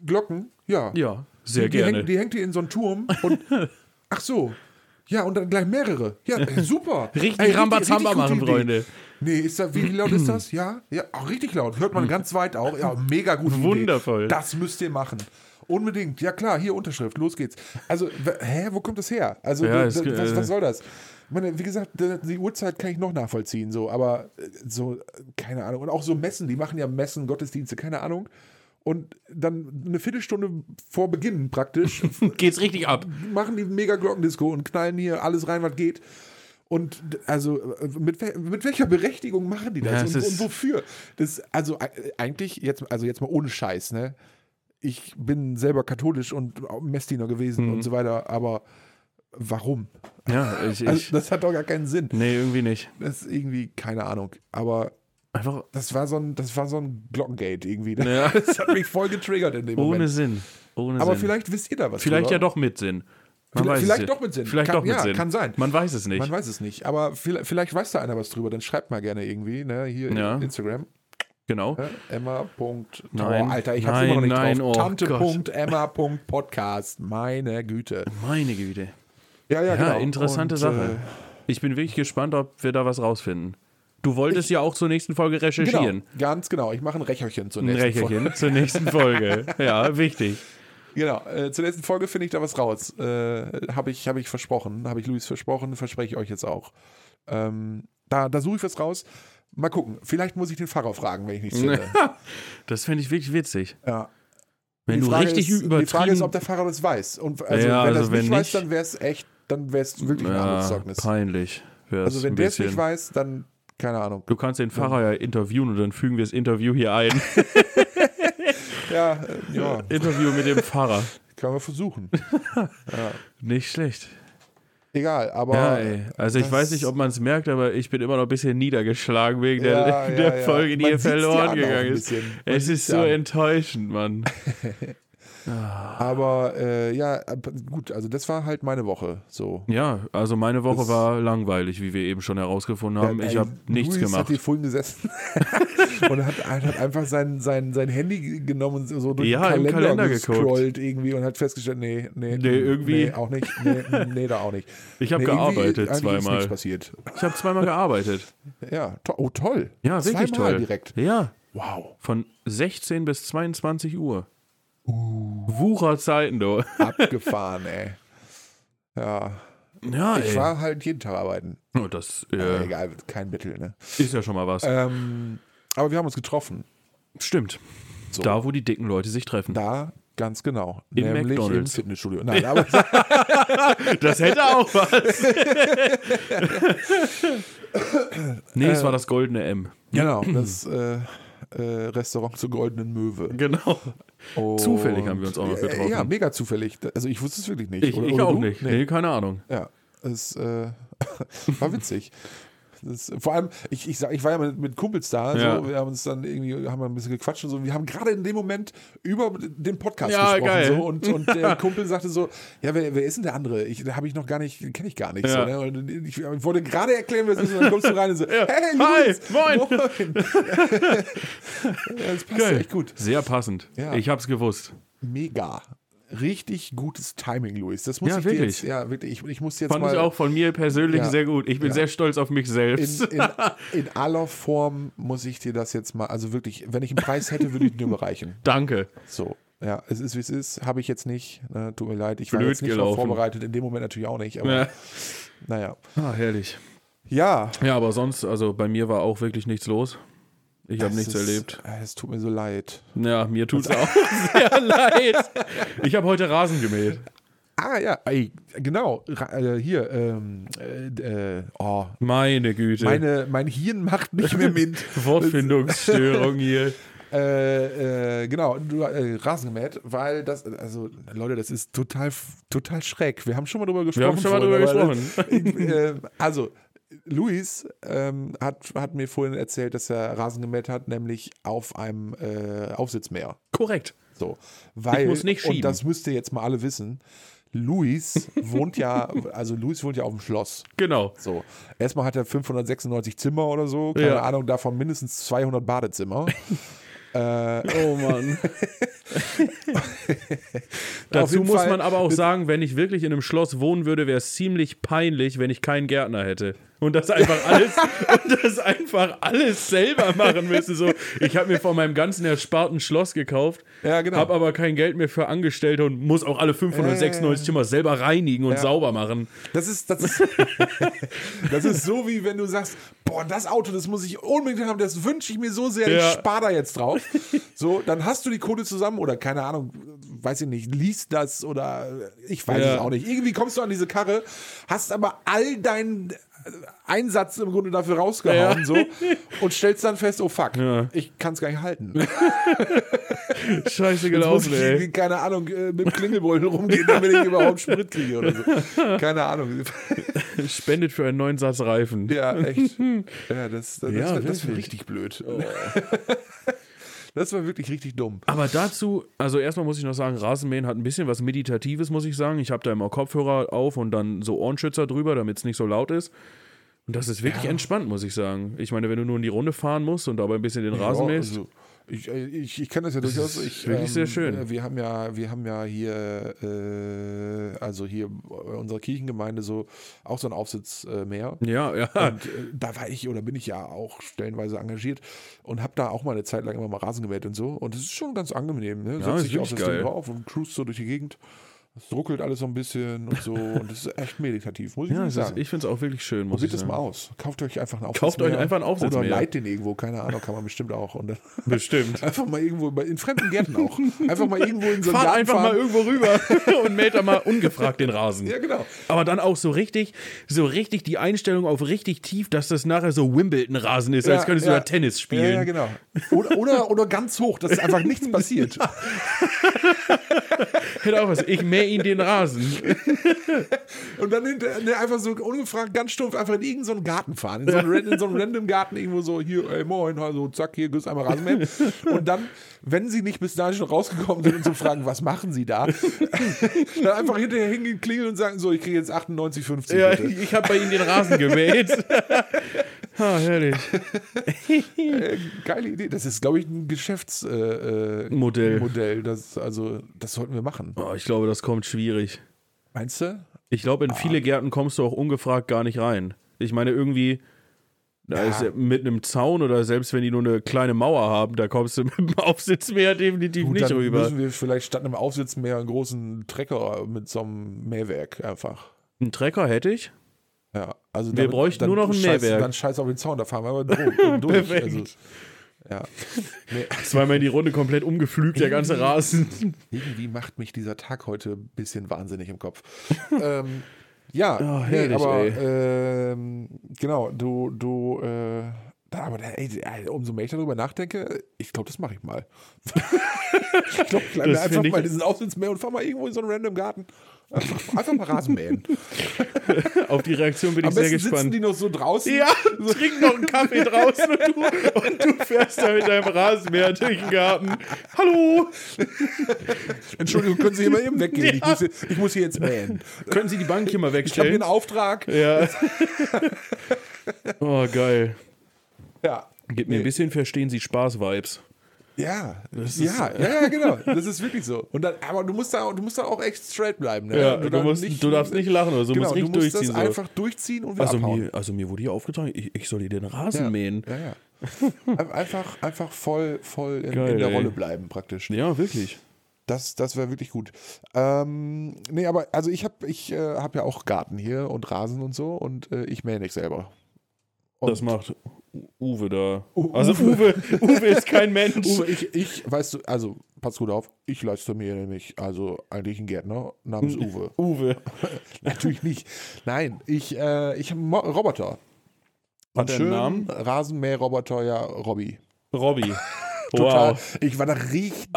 [SPEAKER 1] Glocken? Ja.
[SPEAKER 2] Ja, sehr
[SPEAKER 1] die, die
[SPEAKER 2] gerne.
[SPEAKER 1] Hängt, die hängt hier in so einen Turm
[SPEAKER 2] (laughs)
[SPEAKER 1] und. Ach so. Ja, und dann gleich mehrere. Ja, ey, super.
[SPEAKER 2] Richtig
[SPEAKER 1] Ey,
[SPEAKER 2] Rambazamba
[SPEAKER 1] gute
[SPEAKER 2] machen,
[SPEAKER 1] Idee.
[SPEAKER 2] Freunde.
[SPEAKER 1] Nee, ist da, wie laut ist das? Ja, ja, auch richtig laut. Hört man ganz weit auch. Ja, mega gut.
[SPEAKER 2] Wundervoll.
[SPEAKER 1] Idee. Das müsst ihr machen. Unbedingt. Ja, klar, hier Unterschrift. Los geht's. Also, w- hä, wo kommt das her? Also,
[SPEAKER 2] Ja,
[SPEAKER 1] w-
[SPEAKER 2] es-
[SPEAKER 1] w- was,
[SPEAKER 2] äh,
[SPEAKER 1] was soll das? Ich meine, wie gesagt, d- die Uhrzeit kann ich noch nachvollziehen, so, aber äh, so, äh, keine Ahnung. Und auch so Messen, die machen ja Messen, Gottesdienste, keine Ahnung. Und dann eine Viertelstunde vor Beginn praktisch
[SPEAKER 2] (laughs) Geht's richtig ab.
[SPEAKER 1] machen die mega Glockendisco und knallen hier alles rein, was geht. Und d- also äh, mit, wel- mit welcher Berechtigung machen die
[SPEAKER 2] Ja,
[SPEAKER 1] das
[SPEAKER 2] es
[SPEAKER 1] und,
[SPEAKER 2] ist-
[SPEAKER 1] und wofür? Das also äh, eigentlich jetzt also jetzt mal ohne Scheiß, ne? Ich bin selber katholisch und Messdiener gewesen
[SPEAKER 2] Mhm.
[SPEAKER 1] und so weiter, aber warum?
[SPEAKER 2] Ja, ich. ich
[SPEAKER 1] Also, das hat doch gar keinen Sinn.
[SPEAKER 2] nee, irgendwie nicht.
[SPEAKER 1] Das ist irgendwie keine Ahnung, aber
[SPEAKER 2] Einfach
[SPEAKER 1] das war so ein das war so ein Glockengate irgendwie.
[SPEAKER 2] Ja.
[SPEAKER 1] (laughs) Das hat mich voll getriggert in dem
[SPEAKER 2] ohne
[SPEAKER 1] Moment.
[SPEAKER 2] Sinn. Ohne
[SPEAKER 1] Aber
[SPEAKER 2] Sinn.
[SPEAKER 1] vielleicht wisst ihr da was
[SPEAKER 2] Vielleicht
[SPEAKER 1] drüber.
[SPEAKER 2] ja doch mit Sinn. Man
[SPEAKER 1] Vielleicht-
[SPEAKER 2] weiß es
[SPEAKER 1] vielleicht
[SPEAKER 2] nicht.
[SPEAKER 1] doch mit Sinn.
[SPEAKER 2] Vielleicht
[SPEAKER 1] Kann-
[SPEAKER 2] doch mit
[SPEAKER 1] ja,
[SPEAKER 2] Sinn.
[SPEAKER 1] kann sein.
[SPEAKER 2] Man weiß es nicht.
[SPEAKER 1] Man weiß es nicht, aber vielleicht, vielleicht weiß da einer was drüber, dann schreibt mal gerne irgendwie, ne? Hier
[SPEAKER 2] Ja.
[SPEAKER 1] Instagram.
[SPEAKER 2] genau.
[SPEAKER 1] Ne? Emma. Punkt-
[SPEAKER 2] Nein.
[SPEAKER 1] Oh, Alter, ich hab's
[SPEAKER 2] Nein,
[SPEAKER 1] immer noch nicht
[SPEAKER 2] nein,
[SPEAKER 1] drauf.
[SPEAKER 2] oh
[SPEAKER 1] Tante.
[SPEAKER 2] Gott.
[SPEAKER 1] Punkt Emma. Punkt Podcast. Meine Güte.
[SPEAKER 2] Meine Güte.
[SPEAKER 1] Ja, ja,
[SPEAKER 2] Ja,
[SPEAKER 1] genau.
[SPEAKER 2] interessante
[SPEAKER 1] Und, äh,
[SPEAKER 2] Sache. Ich bin wirklich gespannt, ob wir da was rausfinden. Du wolltest ja auch zur nächsten Folge
[SPEAKER 1] Äh, genau,
[SPEAKER 2] recherchieren.
[SPEAKER 1] ganz genau. Ich mache ein Recherchen zur
[SPEAKER 2] Ein
[SPEAKER 1] nächsten Folge.
[SPEAKER 2] Recherchen zur
[SPEAKER 1] (laughs)
[SPEAKER 2] nächsten Folge. Ja, wichtig.
[SPEAKER 1] Genau. Äh, zur nächsten Folge finde ich da was raus. Äh, habe ich, hab ich versprochen. Habe ich Luis versprochen. Verspreche ich euch jetzt auch. Ähm, da da suche ich was raus. Mal gucken. Vielleicht muss ich den Pfarrer fragen, wenn ich
[SPEAKER 2] (laughs)
[SPEAKER 1] nichts finde.
[SPEAKER 2] Das fände ich wirklich witzig.
[SPEAKER 1] ja.
[SPEAKER 2] Wenn
[SPEAKER 1] Die
[SPEAKER 2] du
[SPEAKER 1] Frage
[SPEAKER 2] richtig
[SPEAKER 1] ist,
[SPEAKER 2] übertrieben...
[SPEAKER 1] Die Frage ist, ob der Fahrer das weiß. Und also,
[SPEAKER 2] Ja,
[SPEAKER 1] wenn er das
[SPEAKER 2] also
[SPEAKER 1] nicht
[SPEAKER 2] wenn
[SPEAKER 1] weiß,
[SPEAKER 2] nicht-
[SPEAKER 1] dann wäre es echt, dann wäre es wirklich ein
[SPEAKER 2] ja,
[SPEAKER 1] Armutszeugnis.
[SPEAKER 2] peinlich. wär's
[SPEAKER 1] Also wenn
[SPEAKER 2] ein
[SPEAKER 1] der es nicht
[SPEAKER 2] bisschen.
[SPEAKER 1] weiß, dann keine Ahnung.
[SPEAKER 2] Du kannst den Pfarrer ja interviewen und dann fügen wir das Interview hier (laughs) ein.
[SPEAKER 1] Ja, äh, ja,
[SPEAKER 2] Interview mit dem Pfarrer.
[SPEAKER 1] können wir versuchen.
[SPEAKER 2] Nicht schlecht.
[SPEAKER 1] Egal, aber
[SPEAKER 2] Ja, ey. Also ich
[SPEAKER 1] das-
[SPEAKER 2] weiß nicht, ob man es merkt, aber ich bin immer noch ein bisschen niedergeschlagen wegen der,
[SPEAKER 1] Ja, ja,
[SPEAKER 2] der
[SPEAKER 1] ja.
[SPEAKER 2] Folge, die
[SPEAKER 1] Man
[SPEAKER 2] hier
[SPEAKER 1] sieht's dir an auch
[SPEAKER 2] verloren
[SPEAKER 1] ein
[SPEAKER 2] gegangen ist.
[SPEAKER 1] bisschen. Man
[SPEAKER 2] Es
[SPEAKER 1] sieht's
[SPEAKER 2] ist
[SPEAKER 1] dir
[SPEAKER 2] so
[SPEAKER 1] an.
[SPEAKER 2] enttäuschend, Mann.
[SPEAKER 1] aber äh, ja, ab- gut, also das war halt meine Woche so.
[SPEAKER 2] (laughs) Ja, also meine Woche war langweilig, wie wir eben schon herausgefunden haben. Ähm, ich
[SPEAKER 1] Ey,
[SPEAKER 2] habe nichts
[SPEAKER 1] Luis hat
[SPEAKER 2] gemacht.
[SPEAKER 1] hier vorhin gesessen (laughs) und hat, hat einfach sein, sein, sein Handy genommen und so durch
[SPEAKER 2] Ja, im
[SPEAKER 1] den Kalender,
[SPEAKER 2] Kalender geguckt.
[SPEAKER 1] gescrollt irgendwie und hat festgestellt, nee, nee,
[SPEAKER 2] Nee, irgendwie-
[SPEAKER 1] nee, auch nicht, nee, nee, da auch nicht.
[SPEAKER 2] Ich hab
[SPEAKER 1] nee, irgendwie-
[SPEAKER 2] gearbeitet
[SPEAKER 1] eigentlich Ist
[SPEAKER 2] zweimal.
[SPEAKER 1] nichts passiert.
[SPEAKER 2] Ich habe zweimal gearbeitet.
[SPEAKER 1] Ja, to oh toll.
[SPEAKER 2] Ja, wirklich
[SPEAKER 1] Zweimal
[SPEAKER 2] toll.
[SPEAKER 1] direkt.
[SPEAKER 2] Ja,
[SPEAKER 1] Wow.
[SPEAKER 2] von 16 bis 22 Uhr. Uh. Wucherzeiten, du.
[SPEAKER 1] Abgefahren, ey. Ja,
[SPEAKER 2] Ja,
[SPEAKER 1] ich
[SPEAKER 2] ey.
[SPEAKER 1] war halt jeden Tag arbeiten.
[SPEAKER 2] Oh, das
[SPEAKER 1] Aber
[SPEAKER 2] äh,
[SPEAKER 1] Egal, kein Mittel, ne?
[SPEAKER 2] ist ja schon mal was.
[SPEAKER 1] Ähm, aber wir haben uns getroffen.
[SPEAKER 2] Stimmt.
[SPEAKER 1] So.
[SPEAKER 2] Da, wo die dicken Leute sich treffen.
[SPEAKER 1] Da, ganz genau.
[SPEAKER 2] Im
[SPEAKER 1] Nämlich
[SPEAKER 2] McDonald's.
[SPEAKER 1] im Fitnessstudio. Nein,
[SPEAKER 2] (laughs)
[SPEAKER 1] aber
[SPEAKER 2] Das hätte auch
[SPEAKER 1] (laughs)
[SPEAKER 2] was. nee,
[SPEAKER 1] Äh.
[SPEAKER 2] es war das goldene M.
[SPEAKER 1] genau,
[SPEAKER 2] Mhm.
[SPEAKER 1] das äh, äh, Restaurant zur Goldenen Möwe.
[SPEAKER 2] Genau. Zufällig haben wir uns auch noch
[SPEAKER 1] Ja,
[SPEAKER 2] getroffen.
[SPEAKER 1] Ja, mega zufällig. Also ich wusste es wirklich nicht.
[SPEAKER 2] ich
[SPEAKER 1] Oder-
[SPEAKER 2] ich
[SPEAKER 1] oder
[SPEAKER 2] auch
[SPEAKER 1] du?
[SPEAKER 2] nicht.
[SPEAKER 1] Nee.
[SPEAKER 2] Nee, keine Ahnung.
[SPEAKER 1] Ja, es äh, (laughs) war witzig. Das, vor allem, ich, ich, sag, ich war ja mit, mit Kumpels da,
[SPEAKER 2] Ja.
[SPEAKER 1] so, wir haben uns dann irgendwie haben wir ein bisschen gequatscht und so. Wir haben gerade in dem Moment über den Podcast
[SPEAKER 2] Ja,
[SPEAKER 1] gesprochen
[SPEAKER 2] geil.
[SPEAKER 1] So,
[SPEAKER 2] (laughs)
[SPEAKER 1] und, und der Kumpel sagte so: Ja, wer, wer ist denn der andere? Ich habe ich noch gar nicht, kenne ich gar nicht.
[SPEAKER 2] Ja.
[SPEAKER 1] So, ne? und ich, ich wollte gerade erklären, wer es ist, und dann kommst du rein
[SPEAKER 2] (laughs)
[SPEAKER 1] und so: Hey,
[SPEAKER 2] Hi,
[SPEAKER 1] Luis,
[SPEAKER 2] moin."
[SPEAKER 1] (laughs)
[SPEAKER 2] (laughs)
[SPEAKER 1] ja, das passt
[SPEAKER 2] Geil.
[SPEAKER 1] echt gut.
[SPEAKER 2] Sehr passend.
[SPEAKER 1] Ja.
[SPEAKER 2] Ich hab's gewusst.
[SPEAKER 1] Mega. richtig gutes Timing, Luis. Das muss
[SPEAKER 2] Ja,
[SPEAKER 1] ich dir
[SPEAKER 2] wirklich.
[SPEAKER 1] Jetzt, ja, wirklich. Ich, ich muss jetzt
[SPEAKER 2] Fand
[SPEAKER 1] mal
[SPEAKER 2] ich auch von mir persönlich
[SPEAKER 1] Ja.
[SPEAKER 2] sehr gut. Ich bin
[SPEAKER 1] Ja.
[SPEAKER 2] sehr stolz auf mich selbst.
[SPEAKER 1] In,
[SPEAKER 2] (laughs)
[SPEAKER 1] in, in aller Form muss ich dir das jetzt mal, also wirklich, wenn ich einen Preis hätte, würde ich ihn überreichen.
[SPEAKER 2] Danke.
[SPEAKER 1] So, ja, es ist wie es ist, habe ich jetzt nicht, ne, tut mir leid, ich war
[SPEAKER 2] Blöd
[SPEAKER 1] jetzt nicht drauf
[SPEAKER 2] gelaufen.
[SPEAKER 1] vorbereitet, in dem Moment natürlich auch nicht, aber
[SPEAKER 2] Ja.
[SPEAKER 1] naja.
[SPEAKER 2] Ah, herrlich.
[SPEAKER 1] Ja,
[SPEAKER 2] Ja, aber sonst, also bei mir war auch wirklich nichts los. Ich habe
[SPEAKER 1] es
[SPEAKER 2] nichts
[SPEAKER 1] ist-
[SPEAKER 2] erlebt.
[SPEAKER 1] äh, Es tut mir so leid.
[SPEAKER 2] Ja,
[SPEAKER 1] (laughs)
[SPEAKER 2] mir tut's auch (laughs) sehr leid. Ich habe heute Rasen gemäht.
[SPEAKER 1] Ah ja, ey, genau, ra- äh, hier, ähm, äh, äh, oh,
[SPEAKER 2] Meine Güte.
[SPEAKER 1] meine, mein Hirn macht nicht
[SPEAKER 2] (laughs)
[SPEAKER 1] mehr mit.
[SPEAKER 2] Wortfindungsstörung hier.
[SPEAKER 1] (laughs) äh, äh, genau, du, äh, Rasen gemäht, weil das, also Leute, das ist total, total schräg. Wir haben schon mal drüber gesprochen.
[SPEAKER 2] Wir haben schon mal drüber
[SPEAKER 1] vorhin, aber- (laughs)
[SPEAKER 2] gesprochen.
[SPEAKER 1] Ich, äh, also, Luis ähm, hat, hat mir vorhin erzählt, dass er Rasen gemäht hat, nämlich auf einem äh, Aufsitzmäher.
[SPEAKER 2] Korrekt.
[SPEAKER 1] So, weil,
[SPEAKER 2] muss nicht schieben.
[SPEAKER 1] Und das müsst ihr jetzt mal alle wissen. Luis (laughs) wohnt ja, also Luis wohnt ja auf dem Schloss.
[SPEAKER 2] Genau.
[SPEAKER 1] So, erstmal hat er 596 Zimmer oder so, keine
[SPEAKER 2] Ja.
[SPEAKER 1] Ahnung, davon mindestens 200 Badezimmer.
[SPEAKER 2] Oh (laughs) Mann. Dazu
[SPEAKER 1] jeden
[SPEAKER 2] muss
[SPEAKER 1] Fall-
[SPEAKER 2] man aber auch sagen, wenn ich wirklich in einem Schloss wohnen würde, wäre es ziemlich peinlich, wenn ich keinen Gärtner hätte. Und das
[SPEAKER 1] (laughs)
[SPEAKER 2] einfach alles, und das einfach alles selber machen müsste. So, ich habe mir von meinem ganzen ersparten Schloss gekauft,
[SPEAKER 1] Ja, genau.
[SPEAKER 2] habe aber kein Geld mehr für Angestellte und muss auch alle 596 Zimmer selber reinigen und sauber machen.
[SPEAKER 1] Das ist, das ist, (laughs) das ist so wie wenn du sagst, boah, das Auto, das muss ich unbedingt haben, das wünsche ich mir so sehr,
[SPEAKER 2] Ja.
[SPEAKER 1] ich spare da jetzt drauf. So, dann hast du die Kohle zusammen oder keine Ahnung, weiß ich nicht, liest das oder äh, ich weiß
[SPEAKER 2] Ja.
[SPEAKER 1] es auch nicht. Irgendwie kommst du an diese Karre, hast aber all deinen äh, Einsatz im Grunde dafür rausgehauen
[SPEAKER 2] Ja.
[SPEAKER 1] so und stellst dann fest, oh fuck, ich kann es gar nicht halten.
[SPEAKER 2] Scheiße
[SPEAKER 1] Jetzt muss
[SPEAKER 2] gelaufen,
[SPEAKER 1] ich,
[SPEAKER 2] ey.
[SPEAKER 1] irgendwie, keine Ahnung, äh, mit dem Klingelbeutel rumgehen, damit
[SPEAKER 2] (laughs)
[SPEAKER 1] ich überhaupt Sprit kriege oder so. Keine Ahnung.
[SPEAKER 2] Spendet für einen neuen Satz Reifen. (laughs)
[SPEAKER 1] Ja, echt. Ja, das, das,
[SPEAKER 2] Ja,
[SPEAKER 1] das, das war
[SPEAKER 2] wirklich. Oh.
[SPEAKER 1] richtig blöd. (laughs) Das war wirklich richtig dumm.
[SPEAKER 2] Aber dazu, also erstmal muss ich noch sagen, Rasenmähen hat ein bisschen was Meditatives, muss ich sagen. Ich habe da immer Kopfhörer auf und dann so Ohrenschützer drüber, damit es nicht so laut ist. Und das ist wirklich entspannt, muss ich sagen. Ich meine, wenn du nur in die Runde fahren musst und dabei ein bisschen den Rasen
[SPEAKER 1] Ja,
[SPEAKER 2] mähst.
[SPEAKER 1] also, ich, äh, ich, ich kann das ja durchaus.
[SPEAKER 2] ist
[SPEAKER 1] Ich,
[SPEAKER 2] wirklich sehr schön.
[SPEAKER 1] äh, Wir haben ja, wir haben ja hier, äh, also hier bei unserer Kirchengemeinde so auch so ein Aufsitz äh, mehr.
[SPEAKER 2] ja, ja. (laughs)
[SPEAKER 1] Und äh, da war ich oder bin ich ja auch stellenweise engagiert und habe da auch mal eine Zeit lang immer mal Rasen gemäht und so. Und es ist schon ganz angenehm. Ne?
[SPEAKER 2] Ja, ist
[SPEAKER 1] ich auf das
[SPEAKER 2] wirklich
[SPEAKER 1] Ding
[SPEAKER 2] geil.
[SPEAKER 1] drauf und cruise so durch die Gegend. Es ruckelt alles so ein bisschen und so. Und es ist echt meditativ, muss ich
[SPEAKER 2] (laughs) ja
[SPEAKER 1] wirklich
[SPEAKER 2] es ist,
[SPEAKER 1] sagen.
[SPEAKER 2] ich finde es auch wirklich schön, muss
[SPEAKER 1] Probiert
[SPEAKER 2] ich
[SPEAKER 1] das mal
[SPEAKER 2] sagen.
[SPEAKER 1] aus. Kauft euch einfach einen Aufsatz.
[SPEAKER 2] Kauft euch einfach einen Aufsatz
[SPEAKER 1] Oder
[SPEAKER 2] mehr.
[SPEAKER 1] leiht den irgendwo, keine Ahnung, kann man bestimmt auch. Und dann
[SPEAKER 2] (laughs) Bestimmt.
[SPEAKER 1] (laughs) einfach mal irgendwo, bei- in fremden Gärten auch. Einfach mal irgendwo in so einen
[SPEAKER 2] Fahrt
[SPEAKER 1] Garten
[SPEAKER 2] einfach
[SPEAKER 1] fahren.
[SPEAKER 2] mal irgendwo
[SPEAKER 1] (laughs)
[SPEAKER 2] rüber (laughs) und mäht da mal ungefragt den Rasen.
[SPEAKER 1] Ja, genau.
[SPEAKER 2] Aber dann auch so richtig, so richtig die Einstellung auf richtig tief, dass das nachher so Wimbledon-Rasen ist, als könntest du da Tennis spielen.
[SPEAKER 1] Ja, ja genau. Oder, oder, oder ganz hoch, dass einfach
[SPEAKER 2] (laughs)
[SPEAKER 1] nichts passiert.
[SPEAKER 2] Hätte auch was. Ich mähe ihn
[SPEAKER 1] (laughs)
[SPEAKER 2] den Rasen.
[SPEAKER 1] Und dann hinter, ne, einfach so ungefragt, ganz stumpf, einfach in irgendeinen Garten fahren. In so
[SPEAKER 2] (laughs)
[SPEAKER 1] einen, ran- in so einen random Garten, irgendwo so, hier, ey, moin, also zack, hier, gehst einmal Rasenmähen. Und dann, wenn sie nicht bis dahin schon rausgekommen sind und so fragen, was machen sie da? (laughs) dann einfach hinterher hingehen, klingeln und sagen, so, ich kriege jetzt 98,50
[SPEAKER 2] Ja,
[SPEAKER 1] bitte.
[SPEAKER 2] ich habe bei ihm den Rasen (laughs) gemäht. Ah, herrlich.
[SPEAKER 1] Äh, geile Idee. Das ist, glaube ich, ein Geschäftsmodell. Äh,
[SPEAKER 2] Modell.
[SPEAKER 1] Modell. Das, also, das sollten wir machen.
[SPEAKER 2] Oh, ich glaube, das kommt schwierig.
[SPEAKER 1] Meinst du?
[SPEAKER 2] Ich glaube, in viele Gärten kommst du auch ungefragt gar nicht rein. Ich meine, irgendwie. Da
[SPEAKER 1] Ja.
[SPEAKER 2] ist ja mit einem Zaun oder selbst wenn die nur eine kleine Mauer haben, da kommst du mit dem (laughs) Aufsitzmäher definitiv
[SPEAKER 1] Gut,
[SPEAKER 2] nicht
[SPEAKER 1] dann
[SPEAKER 2] rüber.
[SPEAKER 1] müssen wir vielleicht statt einem Aufsitz mehr einen großen Trecker mit so einem Mähwerk einfach.
[SPEAKER 2] Einen Trecker hätte ich.
[SPEAKER 1] Ja, also
[SPEAKER 2] Wir bräuchten nur noch ein
[SPEAKER 1] scheiß,
[SPEAKER 2] Mähwerk.
[SPEAKER 1] Dann scheiß auf den Zaun, da fahren wir aber
[SPEAKER 2] (laughs)
[SPEAKER 1] durch. durch.
[SPEAKER 2] Perfekt.
[SPEAKER 1] Also, ja. Nee,
[SPEAKER 2] Zweimal in die Runde komplett umgepflügt, der ganze (laughs) Rasen.
[SPEAKER 1] irgendwie macht mich dieser Tag heute ein bisschen wahnsinnig im Kopf. (laughs) ähm, ja,
[SPEAKER 2] Oh,
[SPEAKER 1] nee,
[SPEAKER 2] herrlich,
[SPEAKER 1] aber
[SPEAKER 2] ey.
[SPEAKER 1] ähm, genau, du, du, äh, da, aber da, ey, ey, umso mehr ich darüber nachdenke, ich glaube, das mache ich mal. (laughs) ich glaube, ich lande
[SPEAKER 2] Das
[SPEAKER 1] einfach
[SPEAKER 2] find ich-
[SPEAKER 1] mal diesen Aufsitzmäher und fahr mal irgendwo in so einen random Garten. Einfach, einfach mal Rasen mähen.
[SPEAKER 2] (laughs) Auf die Reaktion bin ich
[SPEAKER 1] Am
[SPEAKER 2] sehr
[SPEAKER 1] besten sitzen
[SPEAKER 2] gespannt.
[SPEAKER 1] die noch so draußen.
[SPEAKER 2] Ja, trink noch einen Kaffee draußen und du, und du fährst da mit deinem Rasenmäher durch den Garten. Hallo,
[SPEAKER 1] Entschuldigung, können Sie hier mal
[SPEAKER 2] (laughs)
[SPEAKER 1] eben weggehen? Ich,
[SPEAKER 2] Ja.
[SPEAKER 1] muss hier, ich muss hier jetzt mähen.
[SPEAKER 2] können Sie die Bank hier mal
[SPEAKER 1] Ich habe hier
[SPEAKER 2] wegstellen?
[SPEAKER 1] einen Auftrag. (laughs)
[SPEAKER 2] Ja. Oh, geil.
[SPEAKER 1] Ja.
[SPEAKER 2] Gib mir ein bisschen Verstehen Sie Spaß-Vibes.
[SPEAKER 1] Ja, ja, ja, ja,
[SPEAKER 2] (laughs)
[SPEAKER 1] genau. Das ist wirklich so. Und dann, aber du musst da, du musst da auch echt straight bleiben. Ne?
[SPEAKER 2] Ja,
[SPEAKER 1] du,
[SPEAKER 2] du,
[SPEAKER 1] dann
[SPEAKER 2] musst, du darfst nicht lachen oder so,
[SPEAKER 1] genau,
[SPEAKER 2] musst
[SPEAKER 1] du
[SPEAKER 2] nicht
[SPEAKER 1] musst
[SPEAKER 2] durchziehen.
[SPEAKER 1] das
[SPEAKER 2] so.
[SPEAKER 1] einfach durchziehen und wieder
[SPEAKER 2] also,
[SPEAKER 1] abhauen.
[SPEAKER 2] mir, also mir wurde hier aufgetragen, ich, ich soll dir den Rasen
[SPEAKER 1] ja.
[SPEAKER 2] mähen. (laughs)
[SPEAKER 1] Ja, ja. Ein- Einfach, einfach voll, voll in,
[SPEAKER 2] Geil,
[SPEAKER 1] in der
[SPEAKER 2] ey.
[SPEAKER 1] Rolle bleiben praktisch.
[SPEAKER 2] Ja, wirklich.
[SPEAKER 1] Das, das wäre wirklich gut. Ähm, nee, aber also ich habe ich, äh, hab ja auch Garten hier und Rasen und so und äh, ich mähe nicht selber. Und-
[SPEAKER 2] Das macht U- Uwe da.
[SPEAKER 1] U-
[SPEAKER 2] also Uwe, Uwe ist kein Mensch.
[SPEAKER 1] Uwe, ich, ich, weißt du, also pass gut auf, ich leiste mir nämlich, also eigentlich einen Gärtner namens
[SPEAKER 2] Hm.
[SPEAKER 1] Uwe. (laughs)
[SPEAKER 2] Uwe.
[SPEAKER 1] Natürlich nicht. Nein, ich, äh, ich habe einen Mo- Roboter.
[SPEAKER 2] Hat er einen Namen?
[SPEAKER 1] Rasenmäherroboter, ja, Robby. (laughs)
[SPEAKER 2] Robby.
[SPEAKER 1] Total.
[SPEAKER 2] Wow.
[SPEAKER 1] Ich war da richtig. Ich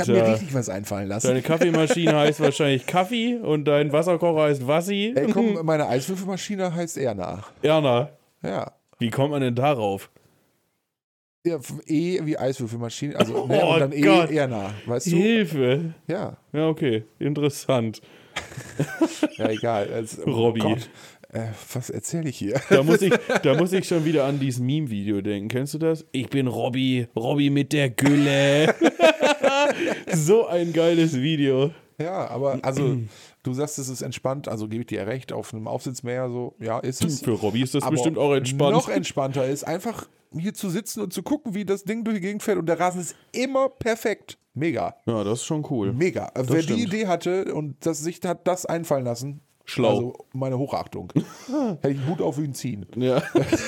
[SPEAKER 1] habe mir
[SPEAKER 2] Alter.
[SPEAKER 1] richtig was einfallen lassen.
[SPEAKER 2] Deine Kaffeemaschine heißt wahrscheinlich Kaffee und dein Wasserkocher heißt Wassi.
[SPEAKER 1] Ey, komm, meine Eiswürfelmaschine heißt Erna.
[SPEAKER 2] Erna,
[SPEAKER 1] Ja.
[SPEAKER 2] wie kommt man denn darauf?
[SPEAKER 1] ja. f- E wie Eiswürfelmaschine. Also, ne,
[SPEAKER 2] Oh
[SPEAKER 1] und dann E,
[SPEAKER 2] Gott. E
[SPEAKER 1] Erna. Weißt du?
[SPEAKER 2] Hilfe.
[SPEAKER 1] Ja.
[SPEAKER 2] Ja, okay. Interessant.
[SPEAKER 1] Ja, egal. Also, oh
[SPEAKER 2] Robby.
[SPEAKER 1] Gott. Äh, was erzähle ich hier?
[SPEAKER 2] Da muss, ich, da muss ich schon wieder an dieses Meme-Video denken. Kennst du das? Ich bin Robby, Robby mit der Gülle. (laughs) so ein geiles Video.
[SPEAKER 1] Ja,
[SPEAKER 2] Hm,
[SPEAKER 1] aber also, du sagst, es ist entspannt, also gebe ich dir recht, auf einem Aufsitzmäher so, ja, ist es.
[SPEAKER 2] Für Robby ist das
[SPEAKER 1] Aber
[SPEAKER 2] bestimmt auch entspannt.
[SPEAKER 1] Noch entspannter ist, einfach hier zu sitzen und zu gucken, wie das Ding durch die Gegend fährt. Und der Rasen ist immer perfekt. Mega,
[SPEAKER 2] ja, das ist schon cool.
[SPEAKER 1] mega. Äh, Wer
[SPEAKER 2] stimmt.
[SPEAKER 1] die Idee hatte und das sich hat das einfallen lassen,
[SPEAKER 2] Schlau.
[SPEAKER 1] Also meine
[SPEAKER 2] (laughs)
[SPEAKER 1] Hochachtung. Hätte ich einen Hut auf ihn ziehen.
[SPEAKER 2] Ja. (laughs)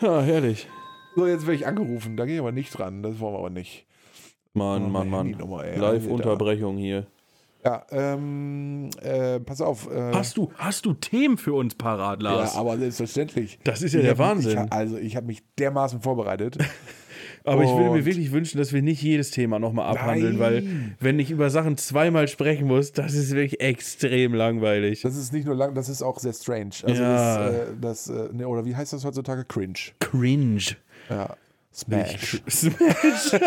[SPEAKER 2] ja, herrlich.
[SPEAKER 1] So, jetzt werde ich angerufen, da gehe ich aber nicht dran, das wollen wir aber nicht.
[SPEAKER 2] Mann, Mann, Mann.
[SPEAKER 1] Oh, Handynummer, ey.
[SPEAKER 2] Live-Unterbrechung hier.
[SPEAKER 1] Ja, ähm, äh, pass auf. Äh,
[SPEAKER 2] Hast du, hast du Themen für uns parat,
[SPEAKER 1] ja,
[SPEAKER 2] Lars?
[SPEAKER 1] aber selbstverständlich.
[SPEAKER 2] das ist ja
[SPEAKER 1] Ich
[SPEAKER 2] der
[SPEAKER 1] hab-
[SPEAKER 2] Wahnsinn.
[SPEAKER 1] Ich, also ich habe mich dermaßen vorbereitet.
[SPEAKER 2] aber ich würde mir
[SPEAKER 1] und-
[SPEAKER 2] wirklich wünschen, dass wir nicht jedes Thema nochmal abhandeln, weil
[SPEAKER 1] Nein.
[SPEAKER 2] wenn ich über Sachen zweimal sprechen muss, das ist wirklich extrem langweilig.
[SPEAKER 1] Das ist nicht nur lang, das ist auch sehr strange. Also
[SPEAKER 2] Ja.
[SPEAKER 1] das, äh, das äh, ne, oder wie heißt das heutzutage? Cringe.
[SPEAKER 2] Cringe.
[SPEAKER 1] Ja. Smash.
[SPEAKER 2] Smash.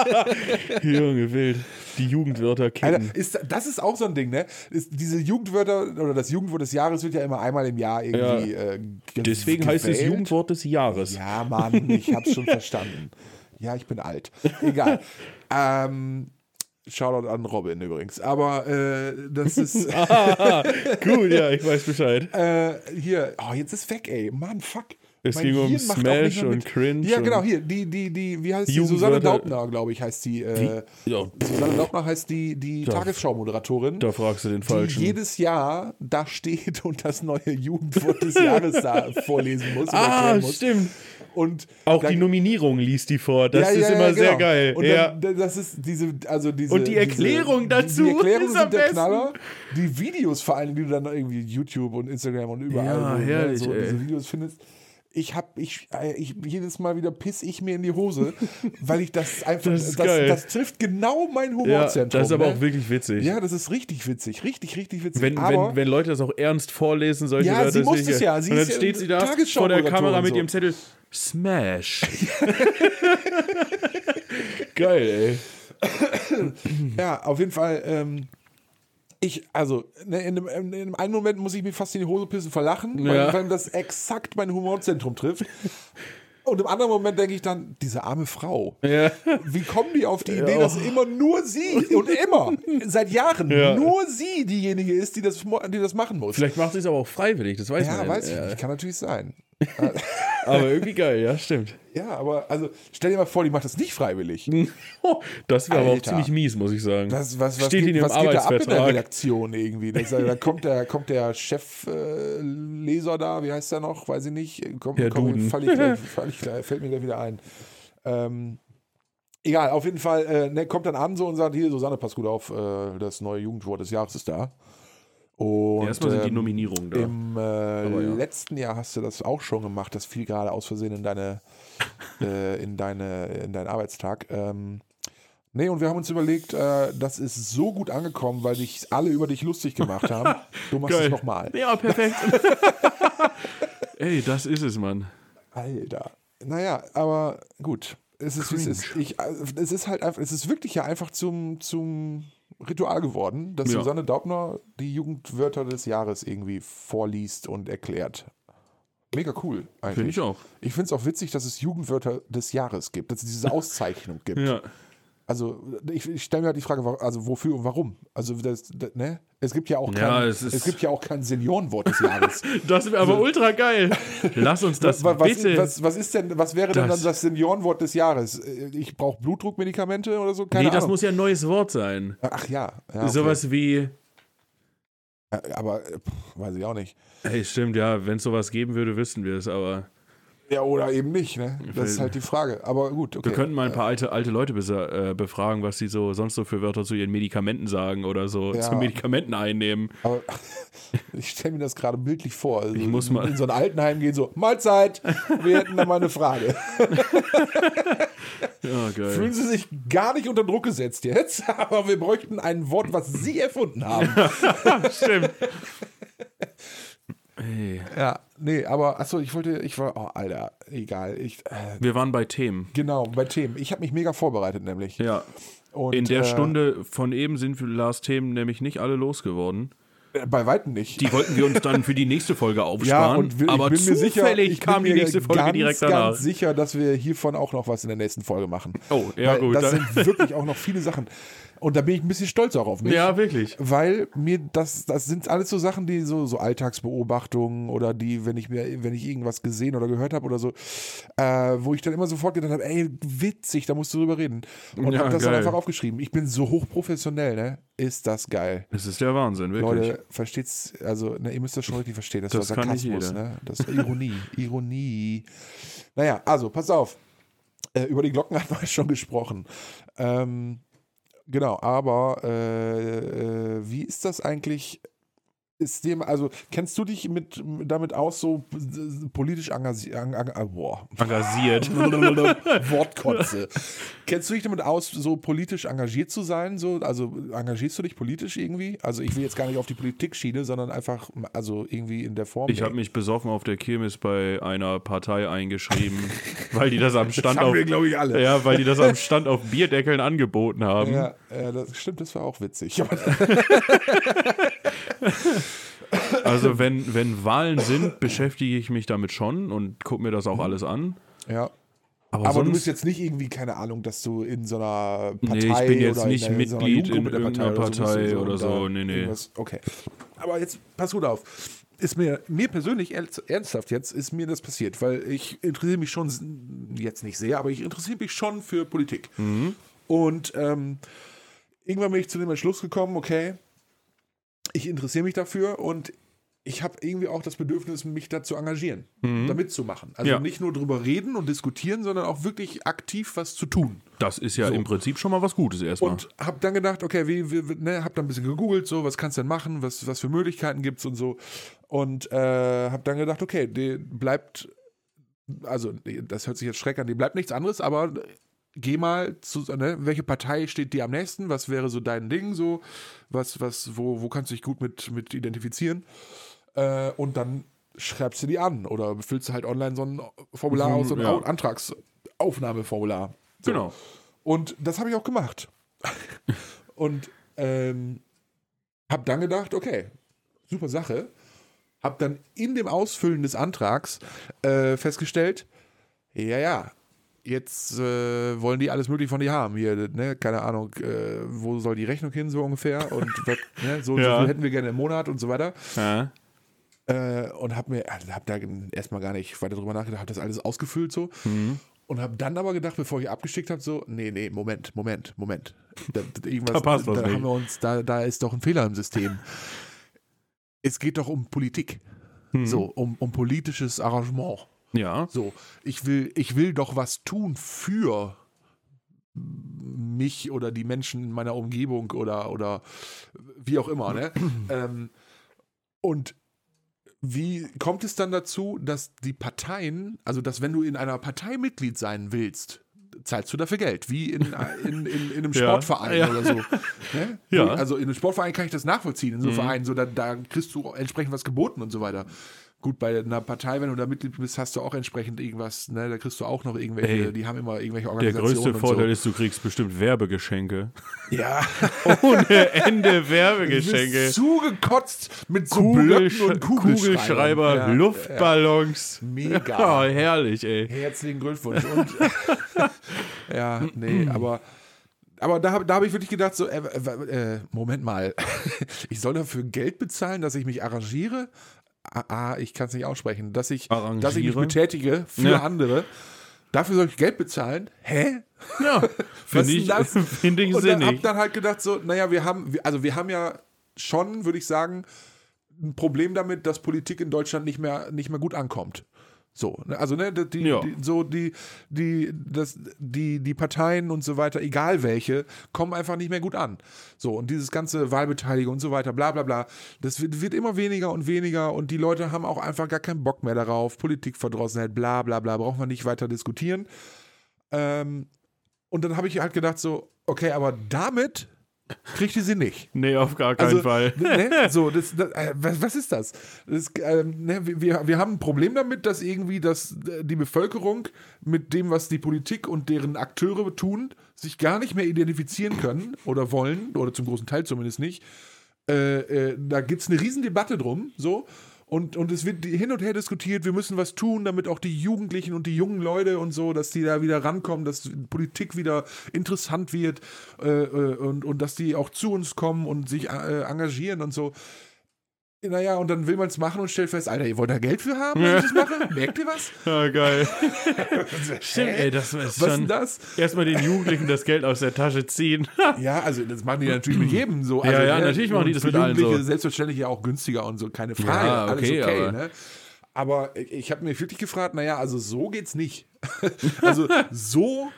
[SPEAKER 2] (laughs) Junge, wild. Die Jugendwörter kennen.
[SPEAKER 1] Alter, ist, das ist auch so ein Ding, ne? Ist, diese Jugendwörter oder das Jugendwort des Jahres wird ja immer einmal im Jahr irgendwie. Äh, ge-
[SPEAKER 2] Deswegen heißt es
[SPEAKER 1] gewählt.
[SPEAKER 2] Jugendwort des Jahres.
[SPEAKER 1] Ja, Mann, ich hab's
[SPEAKER 2] (laughs)
[SPEAKER 1] schon verstanden. Ja, ich bin alt. Egal. ähm, Shoutout an Robin übrigens. Aber äh, das
[SPEAKER 2] (laughs)
[SPEAKER 1] ist.
[SPEAKER 2] Ah, (laughs) cool, ja, ich weiß Bescheid.
[SPEAKER 1] Äh, hier, oh, jetzt ist weg, ey. Mann, fuck.
[SPEAKER 2] Es ging um
[SPEAKER 1] Hirn macht auch nicht
[SPEAKER 2] Smash
[SPEAKER 1] mehr mit.
[SPEAKER 2] und Cringe
[SPEAKER 1] Ja,
[SPEAKER 2] und-
[SPEAKER 1] genau, hier, die, die, die, wie heißt die?
[SPEAKER 2] Jugendwörter.
[SPEAKER 1] Susanne Daubner, glaube ich, heißt die. Äh,
[SPEAKER 2] Ja,
[SPEAKER 1] Susanne Daubner heißt die, die Tagesschau-Moderatorin,
[SPEAKER 2] da fragst du den
[SPEAKER 1] die
[SPEAKER 2] Falschen.
[SPEAKER 1] jedes Jahr da steht und das neue Jugendwort des Jahres da
[SPEAKER 2] (laughs)
[SPEAKER 1] vorlesen muss. und
[SPEAKER 2] ah,
[SPEAKER 1] erklären muss.
[SPEAKER 2] stimmt.
[SPEAKER 1] Und
[SPEAKER 2] Auch
[SPEAKER 1] dann-
[SPEAKER 2] die Nominierung liest die vor. Das
[SPEAKER 1] Ja,
[SPEAKER 2] ist
[SPEAKER 1] ja, ja,
[SPEAKER 2] immer sehr
[SPEAKER 1] genau.
[SPEAKER 2] geil.
[SPEAKER 1] Und
[SPEAKER 2] ja.
[SPEAKER 1] dann, dann- das ist diese, also diese,
[SPEAKER 2] Und die Erklärung
[SPEAKER 1] diese,
[SPEAKER 2] dazu
[SPEAKER 1] Die Erklärungen
[SPEAKER 2] ist am
[SPEAKER 1] sind der
[SPEAKER 2] besten.
[SPEAKER 1] Knaller. Die Videos vor allem, die du dann irgendwie YouTube und Instagram und überall
[SPEAKER 2] Ja,
[SPEAKER 1] wo du,
[SPEAKER 2] herrlich,
[SPEAKER 1] so
[SPEAKER 2] ey.
[SPEAKER 1] diese Videos findest. Ich hab, ich, äh, ich, jedes Mal wieder piss ich mir in die Hose, (laughs) weil ich das einfach,
[SPEAKER 2] Das ist geil.
[SPEAKER 1] das, trifft genau mein
[SPEAKER 2] ja,
[SPEAKER 1] Humorzentrum.
[SPEAKER 2] das ist aber
[SPEAKER 1] ne?
[SPEAKER 2] auch wirklich witzig.
[SPEAKER 1] Ja, das ist richtig witzig, richtig, richtig witzig.
[SPEAKER 2] Wenn,
[SPEAKER 1] aber
[SPEAKER 2] wenn, wenn Leute das auch ernst vorlesen, solche
[SPEAKER 1] Ja,
[SPEAKER 2] Wörter,
[SPEAKER 1] sie
[SPEAKER 2] das
[SPEAKER 1] muss
[SPEAKER 2] will ich
[SPEAKER 1] es ja. Sie
[SPEAKER 2] und dann
[SPEAKER 1] ist ja
[SPEAKER 2] steht sie da
[SPEAKER 1] Tagesschau-
[SPEAKER 2] vor der
[SPEAKER 1] Moderatorin
[SPEAKER 2] Kamera mit
[SPEAKER 1] so. (laughs)
[SPEAKER 2] ihrem Zettel Smash. (laughs) geil, ey.
[SPEAKER 1] Ja, auf jeden Fall. Ähm, ich, also, ne, in, einem, in einem einen Moment muss ich mir fast in die Hose pissen vor Lachen,
[SPEAKER 2] Ja.
[SPEAKER 1] weil, weil das exakt mein Humorzentrum trifft. Und im anderen Moment denke ich dann, diese arme Frau.
[SPEAKER 2] Ja.
[SPEAKER 1] Wie kommen die auf die Idee, dass immer nur sie und immer, seit Jahren,
[SPEAKER 2] Ja.
[SPEAKER 1] nur sie diejenige ist, die das, mo- die das machen muss?
[SPEAKER 2] Vielleicht macht sie es aber auch freiwillig, das weiß man
[SPEAKER 1] ja,
[SPEAKER 2] ja.
[SPEAKER 1] weiß ich nicht. Kann natürlich
[SPEAKER 2] (laughs)
[SPEAKER 1] sein.
[SPEAKER 2] Aber irgendwie geil, ja, stimmt. (laughs)
[SPEAKER 1] Ja, aber also stell dir mal vor, die macht das nicht freiwillig.
[SPEAKER 2] Das wäre aber auch
[SPEAKER 1] Alter.
[SPEAKER 2] ziemlich mies, muss ich sagen.
[SPEAKER 1] Das, was, was,
[SPEAKER 2] Steht
[SPEAKER 1] geht,
[SPEAKER 2] in ihrem
[SPEAKER 1] was geht da ab in der
[SPEAKER 2] Arbeitsvertrag.
[SPEAKER 1] Redaktion irgendwie? Das, da kommt der, kommt der Chefleser äh, Leser da, wie heißt der noch? Weiß ich nicht. Komm,
[SPEAKER 2] Herr
[SPEAKER 1] komm,
[SPEAKER 2] Duden.
[SPEAKER 1] Fall ich,
[SPEAKER 2] (laughs)
[SPEAKER 1] gleich- fall ich, gleich- fällt mir gleich wieder ein. Ähm, egal, auf jeden Fall äh, ne, kommt dann an so und sagt: Hier, Susanne, pass gut auf, äh, das neue Jugendwort des Jahres ist da. Und,
[SPEAKER 2] Erstmal sind die
[SPEAKER 1] ähm,
[SPEAKER 2] Nominierungen da.
[SPEAKER 1] im äh,
[SPEAKER 2] ja.
[SPEAKER 1] letzten Jahr hast du das auch schon gemacht. Das fiel gerade aus Versehen in
[SPEAKER 2] (laughs)
[SPEAKER 1] deine, äh, in deine, in deinen Arbeitstag. Ähm, nee, und wir haben uns überlegt, äh, das ist so gut angekommen, weil sich alle über dich lustig gemacht
[SPEAKER 2] (laughs)
[SPEAKER 1] haben. Du machst es nochmal.
[SPEAKER 2] Ja,
[SPEAKER 1] (laughs)
[SPEAKER 2] perfekt. Ey, das ist es, Mann.
[SPEAKER 1] Alter. Naja, aber gut. Es ist, wie es ist. Ich, also, es ist halt einfach, es ist wirklich ja einfach zum, zum Ritual geworden, dass
[SPEAKER 2] Ja.
[SPEAKER 1] Susanne Daubner die Jugendwörter des Jahres irgendwie vorliest und erklärt. Mega cool eigentlich.
[SPEAKER 2] Finde ich auch.
[SPEAKER 1] Ich finde es auch witzig, dass es Jugendwörter des Jahres gibt, dass es diese Auszeichnung gibt.
[SPEAKER 2] Ja.
[SPEAKER 1] Also ich, ich stelle mir halt die Frage, wa- also wofür und warum? Also das, das ne? Es gibt ja auch
[SPEAKER 2] Ja,
[SPEAKER 1] kein,
[SPEAKER 2] es
[SPEAKER 1] es,
[SPEAKER 2] ist-
[SPEAKER 1] gibt ja auch kein Seniorenwort des
[SPEAKER 2] (laughs)
[SPEAKER 1] Jahres.
[SPEAKER 2] Das wäre aber ultra geil.
[SPEAKER 1] (laughs)
[SPEAKER 2] Lass uns das
[SPEAKER 1] was, was,
[SPEAKER 2] bitte.
[SPEAKER 1] was, was ist denn, was wäre denn
[SPEAKER 2] Das-
[SPEAKER 1] dann das Seniorenwort des Jahres? Äh, Ich brauche Blutdruckmedikamente oder so? Keine
[SPEAKER 2] nee, das
[SPEAKER 1] Ahnung.
[SPEAKER 2] muss ja ein neues Wort sein.
[SPEAKER 1] Ach ja, ja okay.
[SPEAKER 2] Sowas wie.
[SPEAKER 1] Äh, Aber äh, pff, weiß ich auch nicht.
[SPEAKER 2] Hey, stimmt, ja, wenn es sowas geben würde, wüssten wir es, aber
[SPEAKER 1] Ja, oder eben nicht, ne? Das ist halt die Frage. Aber gut, okay.
[SPEAKER 2] wir könnten mal ein paar alte, alte Leute besa- äh, befragen, was sie so sonst so für Wörter zu ihren Medikamenten sagen oder so,
[SPEAKER 1] Ja.
[SPEAKER 2] zu Medikamenten einnehmen.
[SPEAKER 1] Aber (laughs) ich stelle mir das gerade bildlich vor. Also
[SPEAKER 2] Ich muss mal-
[SPEAKER 1] in so ein Altenheim gehen, so, Mahlzeit, wir hätten da mal eine
[SPEAKER 2] (laughs)
[SPEAKER 1] Frage.
[SPEAKER 2] Ja, geil.
[SPEAKER 1] Fühlen Sie sich gar nicht unter Druck gesetzt jetzt, (laughs) aber wir bräuchten ein Wort, was Sie erfunden haben.
[SPEAKER 2] Stimmt. Hey.
[SPEAKER 1] ja, nee, aber achso, ich wollte, ich war, oh, Alter, egal. Ich, äh,
[SPEAKER 2] Wir waren bei Themen.
[SPEAKER 1] genau, bei Themen. Ich habe mich mega vorbereitet, nämlich.
[SPEAKER 2] Ja.
[SPEAKER 1] Und,
[SPEAKER 2] In der
[SPEAKER 1] äh,
[SPEAKER 2] Stunde von eben sind für Lars Themen nämlich nicht alle losgeworden.
[SPEAKER 1] äh, Bei Weitem nicht.
[SPEAKER 2] Die wollten wir uns dann für die nächste Folge
[SPEAKER 1] ja,
[SPEAKER 2] aufsparen.
[SPEAKER 1] und wir-
[SPEAKER 2] aber
[SPEAKER 1] ich bin mir
[SPEAKER 2] zufällig
[SPEAKER 1] sicher, ich
[SPEAKER 2] kam
[SPEAKER 1] bin
[SPEAKER 2] die
[SPEAKER 1] mir
[SPEAKER 2] nächste Folge
[SPEAKER 1] ganz,
[SPEAKER 2] direkt danach.
[SPEAKER 1] ganz sicher, dass wir hiervon auch noch was in der nächsten Folge machen.
[SPEAKER 2] Oh, ja,
[SPEAKER 1] Weil
[SPEAKER 2] gut,
[SPEAKER 1] Das
[SPEAKER 2] dann-
[SPEAKER 1] sind wirklich auch noch viele Sachen. Und da bin ich ein bisschen stolz auch auf mich.
[SPEAKER 2] ja, wirklich.
[SPEAKER 1] Weil mir das, das sind alles so Sachen, die so, so Alltagsbeobachtungen oder die, wenn ich mir, wenn ich irgendwas gesehen oder gehört habe oder so, äh, wo ich dann immer sofort gedacht habe, ey, witzig, da musst du drüber reden. Und
[SPEAKER 2] Ja,
[SPEAKER 1] habe das dann
[SPEAKER 2] geil.
[SPEAKER 1] einfach aufgeschrieben. Ich bin so hochprofessionell, ne? Ist das geil.
[SPEAKER 2] Es ist der Wahnsinn, wirklich.
[SPEAKER 1] Leute, versteht's, also ne, ihr müsst das schon richtig verstehen. Das,
[SPEAKER 2] Das
[SPEAKER 1] war
[SPEAKER 2] kann nicht
[SPEAKER 1] Sarkasmus,
[SPEAKER 2] jeder.
[SPEAKER 1] ne? Das ist
[SPEAKER 2] (laughs)
[SPEAKER 1] Ironie. Ironie. Naja, also, pass auf. Äh, über die Glocken (laughs) hatten wir schon gesprochen. Ähm, genau, aber äh, äh, wie ist das eigentlich? Ist dem, also, kennst du dich mit, damit aus, so äh, politisch engagiert? Ang, ang, ah, boah. (laughs)
[SPEAKER 2] Engagiert.
[SPEAKER 1] Wortkotze. Kennst du dich damit aus, so politisch engagiert zu sein? So, also engagierst du dich politisch irgendwie? Also ich will jetzt gar nicht auf die Politikschiene, sondern einfach, also irgendwie in der Form.
[SPEAKER 2] Ich habe mich besoffen auf der Kirmes bei einer Partei eingeschrieben, weil die das am Stand
[SPEAKER 1] haben
[SPEAKER 2] auf
[SPEAKER 1] wir, glaub ich, alle.
[SPEAKER 2] Ja, weil die das am Stand auf Bierdeckeln angeboten haben.
[SPEAKER 1] ja, ja, das stimmt, das war auch witzig. (laughs) Aber
[SPEAKER 2] Also wenn, wenn Wahlen sind, beschäftige ich mich damit schon und gucke mir das
[SPEAKER 1] Mhm.
[SPEAKER 2] auch alles an.
[SPEAKER 1] ja.
[SPEAKER 2] Aber,
[SPEAKER 1] Aber
[SPEAKER 2] sonst,
[SPEAKER 1] du bist jetzt nicht irgendwie, keine Ahnung, dass du in so einer Partei
[SPEAKER 2] Nee, ich bin jetzt
[SPEAKER 1] oder
[SPEAKER 2] nicht
[SPEAKER 1] in, einer- so einer
[SPEAKER 2] Mitglied in
[SPEAKER 1] Jugendgruppe der Partei oder so,
[SPEAKER 2] irgendeiner Partei
[SPEAKER 1] bist du
[SPEAKER 2] oder so,
[SPEAKER 1] da
[SPEAKER 2] nee, nee.
[SPEAKER 1] irgendwas- Okay. Aber jetzt pass gut auf. Ist mir, mir persönlich ernst- ernsthaft jetzt, ist mir das passiert, weil ich interessiere mich schon, s- jetzt nicht sehr, aber ich interessiere mich schon für Politik.
[SPEAKER 2] Mhm.
[SPEAKER 1] Und ähm, irgendwann bin ich zu dem Entschluss gekommen, okay, ich interessiere mich dafür und ich habe irgendwie auch das Bedürfnis, mich da zu engagieren, da mitzumachen. Also
[SPEAKER 2] Ja.
[SPEAKER 1] nicht nur drüber reden und diskutieren, sondern auch wirklich aktiv was zu tun.
[SPEAKER 2] das ist ja im Prinzip schon mal was Gutes erstmal.
[SPEAKER 1] Und habe dann gedacht, okay, wie, wie, wie- ne, habe dann ein bisschen gegoogelt, so, was kannst du denn machen, was, was für Möglichkeiten gibt es und so. Und äh, habe dann gedacht, okay, die bleibt, also die- das hört sich jetzt schreck an, die bleibt nichts anderes, aber geh mal zu, ne, welche Partei steht dir am nächsten, was wäre so dein Ding, so, was, was, wo, wo kannst du dich gut mit, mit identifizieren? Äh, und dann schreibst du die an oder füllst du halt online so ein Formular aus, so ein
[SPEAKER 2] Ja.
[SPEAKER 1] Au- Antragsaufnahmeformular. So.
[SPEAKER 2] Genau.
[SPEAKER 1] Und das habe ich auch gemacht. Und ähm, habe dann gedacht, okay, super Sache. Habe dann in dem Ausfüllen des Antrags äh, festgestellt, ja, ja, jetzt äh, wollen die alles Mögliche von dir haben. Hier, ne, keine Ahnung, äh, wo soll die Rechnung hin, so ungefähr. Und was, ne, so,
[SPEAKER 2] Ja.
[SPEAKER 1] so viel hätten wir gerne im Monat und so weiter.
[SPEAKER 2] Ja.
[SPEAKER 1] Äh, und habe mir, also hab da erstmal gar nicht weiter drüber nachgedacht, habe das alles ausgefüllt so.
[SPEAKER 2] Hm.
[SPEAKER 1] Und habe dann aber gedacht, bevor ich abgeschickt habe, so, nee, nee, Moment, Moment, Moment. Da, da, irgendwas,
[SPEAKER 2] (laughs) Da passt was
[SPEAKER 1] da
[SPEAKER 2] nicht.
[SPEAKER 1] haben wir uns, da, da ist doch ein Fehler im
[SPEAKER 2] (laughs)
[SPEAKER 1] System. es geht doch um Politik.
[SPEAKER 2] Hm.
[SPEAKER 1] So, um, um politisches Arrangement.
[SPEAKER 2] ja.
[SPEAKER 1] So, ich will, ich will doch was tun für mich oder die Menschen in meiner Umgebung oder, oder wie auch immer.
[SPEAKER 2] (clears throat)
[SPEAKER 1] Ne? ähm, und wie kommt es dann dazu, dass die Parteien, also dass wenn du in einer Partei Mitglied sein willst, zahlst du dafür Geld, wie in, in, in, in einem
[SPEAKER 2] Ja.
[SPEAKER 1] Sportverein
[SPEAKER 2] Ja.
[SPEAKER 1] oder so.
[SPEAKER 2] (laughs)
[SPEAKER 1] Ne?
[SPEAKER 2] Ja. Mhm.
[SPEAKER 1] Also in einem Sportverein kann ich das nachvollziehen, in so einem Verein, so da, da kriegst du entsprechend was geboten und so weiter. Gut, bei einer Partei, wenn du da Mitglied bist, hast du auch entsprechend irgendwas, ne? Da kriegst du auch noch irgendwelche,
[SPEAKER 2] Ey,
[SPEAKER 1] die haben immer irgendwelche
[SPEAKER 2] Der
[SPEAKER 1] Organisationen.
[SPEAKER 2] größte
[SPEAKER 1] und
[SPEAKER 2] Vorteil
[SPEAKER 1] so.
[SPEAKER 2] ist, du kriegst
[SPEAKER 1] (laughs)
[SPEAKER 2] bestimmt Werbegeschenke. (laughs)
[SPEAKER 1] Ja.
[SPEAKER 2] Oh, Ohne Ende
[SPEAKER 1] Du bist
[SPEAKER 2] Werbegeschenke.
[SPEAKER 1] zugekotzt mit so
[SPEAKER 2] Kugelsch
[SPEAKER 1] Blöcken und Kugelschreiber.
[SPEAKER 2] Kugelschreiber,
[SPEAKER 1] Ja.
[SPEAKER 2] Luftballons.
[SPEAKER 1] Mega.
[SPEAKER 2] Oh, herrlich, ey.
[SPEAKER 1] Herzlichen Glückwunsch.
[SPEAKER 2] (laughs)
[SPEAKER 1] Und, ja, nee, aber, aber da, hab- da habe ich wirklich gedacht, so, äh, äh, äh, Moment mal, (laughs) ich soll dafür Geld bezahlen, dass ich mich arrangiere? Ah, ah, ich kann es nicht aussprechen. Dass ich, dass ich mich
[SPEAKER 2] Arrangiere?
[SPEAKER 1] betätige für
[SPEAKER 2] Ja.
[SPEAKER 1] andere. Dafür soll ich Geld bezahlen? Hä?
[SPEAKER 2] Ja,
[SPEAKER 1] Was
[SPEAKER 2] (laughs) finde ich,
[SPEAKER 1] denn das?
[SPEAKER 2] find ich
[SPEAKER 1] Und dann hab
[SPEAKER 2] sinnig.
[SPEAKER 1] dann halt gedacht, so, naja, wir haben, wir- also wir haben ja schon, würde ich sagen, ein Problem damit, dass Politik in Deutschland nicht mehr, nicht mehr gut ankommt. So, ne, also ne, die,
[SPEAKER 2] Ja.
[SPEAKER 1] die, so die, die, das, die, die Parteien und so weiter, egal welche, kommen einfach nicht mehr gut an. So, und dieses ganze Wahlbeteiligung und so weiter, bla bla bla, das wird, wird immer weniger und weniger und die Leute haben auch einfach gar keinen Bock mehr darauf, Politikverdrossenheit, bla bla bla, brauchen wir nicht weiter diskutieren. Ähm, und dann habe ich halt gedacht, so, okay, aber damit kriegt ihr sie nicht.
[SPEAKER 2] Nee, auf gar keinen Fall.
[SPEAKER 1] (laughs) Ne, so, das, das, äh, was, was ist das? das ähm, ne, wir- wir, wir haben ein Problem damit, dass irgendwie das, äh, die Bevölkerung mit dem, was die Politik und deren Akteure tun, sich gar nicht mehr identifizieren können oder wollen, oder zum großen Teil zumindest nicht. Äh, äh, da gibt es eine Riesendebatte drum, so. Und, und es wird hin und her diskutiert, wir müssen was tun, damit auch die Jugendlichen und die jungen Leute und so, dass die da wieder rankommen, dass Politik wieder interessant wird äh, äh, und, und dass die auch zu uns kommen und sich äh, engagieren und so. Naja, und dann will man es machen und stellt fest, Alter, ihr wollt da Geld für haben, wenn ich das mache? Merkt ihr was? (laughs)
[SPEAKER 2] Ah, geil. Stimmt, ey, das ist
[SPEAKER 1] Was
[SPEAKER 2] schon.
[SPEAKER 1] denn das?
[SPEAKER 2] Erstmal den Jugendlichen das Geld aus der Tasche ziehen.
[SPEAKER 1] Ja, also das (laughs) machen die natürlich mit jedem so.
[SPEAKER 2] Ja,
[SPEAKER 1] Also,
[SPEAKER 2] ja,
[SPEAKER 1] ne,
[SPEAKER 2] natürlich machen die das
[SPEAKER 1] für
[SPEAKER 2] mit allen
[SPEAKER 1] Jugendliche
[SPEAKER 2] so.
[SPEAKER 1] Selbstverständlich ja auch günstiger und so, keine Frage.
[SPEAKER 2] Ja, okay,
[SPEAKER 1] alles okay.
[SPEAKER 2] aber-
[SPEAKER 1] ne? aber ich- ich habe mir wirklich gefragt, naja, also so geht's nicht. (laughs) also so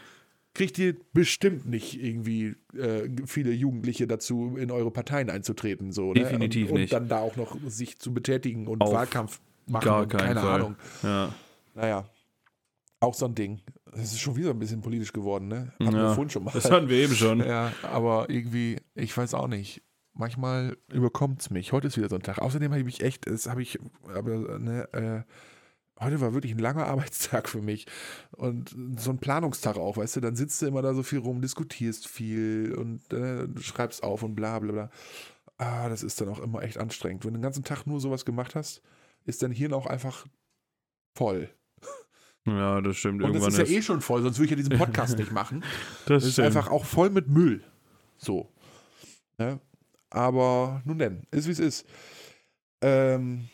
[SPEAKER 1] kriegt ihr bestimmt nicht irgendwie äh, viele Jugendliche dazu, in eure Parteien einzutreten. So, ne?
[SPEAKER 2] Definitiv
[SPEAKER 1] und, und
[SPEAKER 2] nicht.
[SPEAKER 1] dann da auch noch sich zu betätigen und
[SPEAKER 2] Auf
[SPEAKER 1] Wahlkampf machen.
[SPEAKER 2] Gar
[SPEAKER 1] und
[SPEAKER 2] keinen
[SPEAKER 1] keine
[SPEAKER 2] Fall.
[SPEAKER 1] Ahnung.
[SPEAKER 2] Ja.
[SPEAKER 1] Naja. Auch so ein Ding. Das ist schon wieder ein bisschen politisch geworden, ne? Hatten wir
[SPEAKER 2] ja.
[SPEAKER 1] vorhin schon mal.
[SPEAKER 2] Das hatten wir eben schon.
[SPEAKER 1] Ja, aber irgendwie, ich weiß auch nicht. Manchmal überkommt es mich. Heute ist wieder Sonntag. Außerdem habe ich echt, es habe ich, aber ne, äh, heute war wirklich ein langer (laughs) Arbeitstag für mich. Und so ein Planungstag auch, weißt du, dann sitzt du immer da so viel rum, diskutierst viel und äh, schreibst auf und bla bla bla. Ah, das ist dann auch immer echt anstrengend. Wenn du den ganzen Tag nur sowas gemacht hast, ist dein Hirn auch einfach voll.
[SPEAKER 2] Ja, das stimmt.
[SPEAKER 1] Und das
[SPEAKER 2] Irgendwann
[SPEAKER 1] ist ja eh schon voll, sonst würde ich ja diesen Podcast nicht machen.
[SPEAKER 2] das ähm,
[SPEAKER 1] Es ist
[SPEAKER 2] stimmt.
[SPEAKER 1] einfach auch voll mit Müll. So. Ne? Aber nun denn, ist wie es ist. Ähm,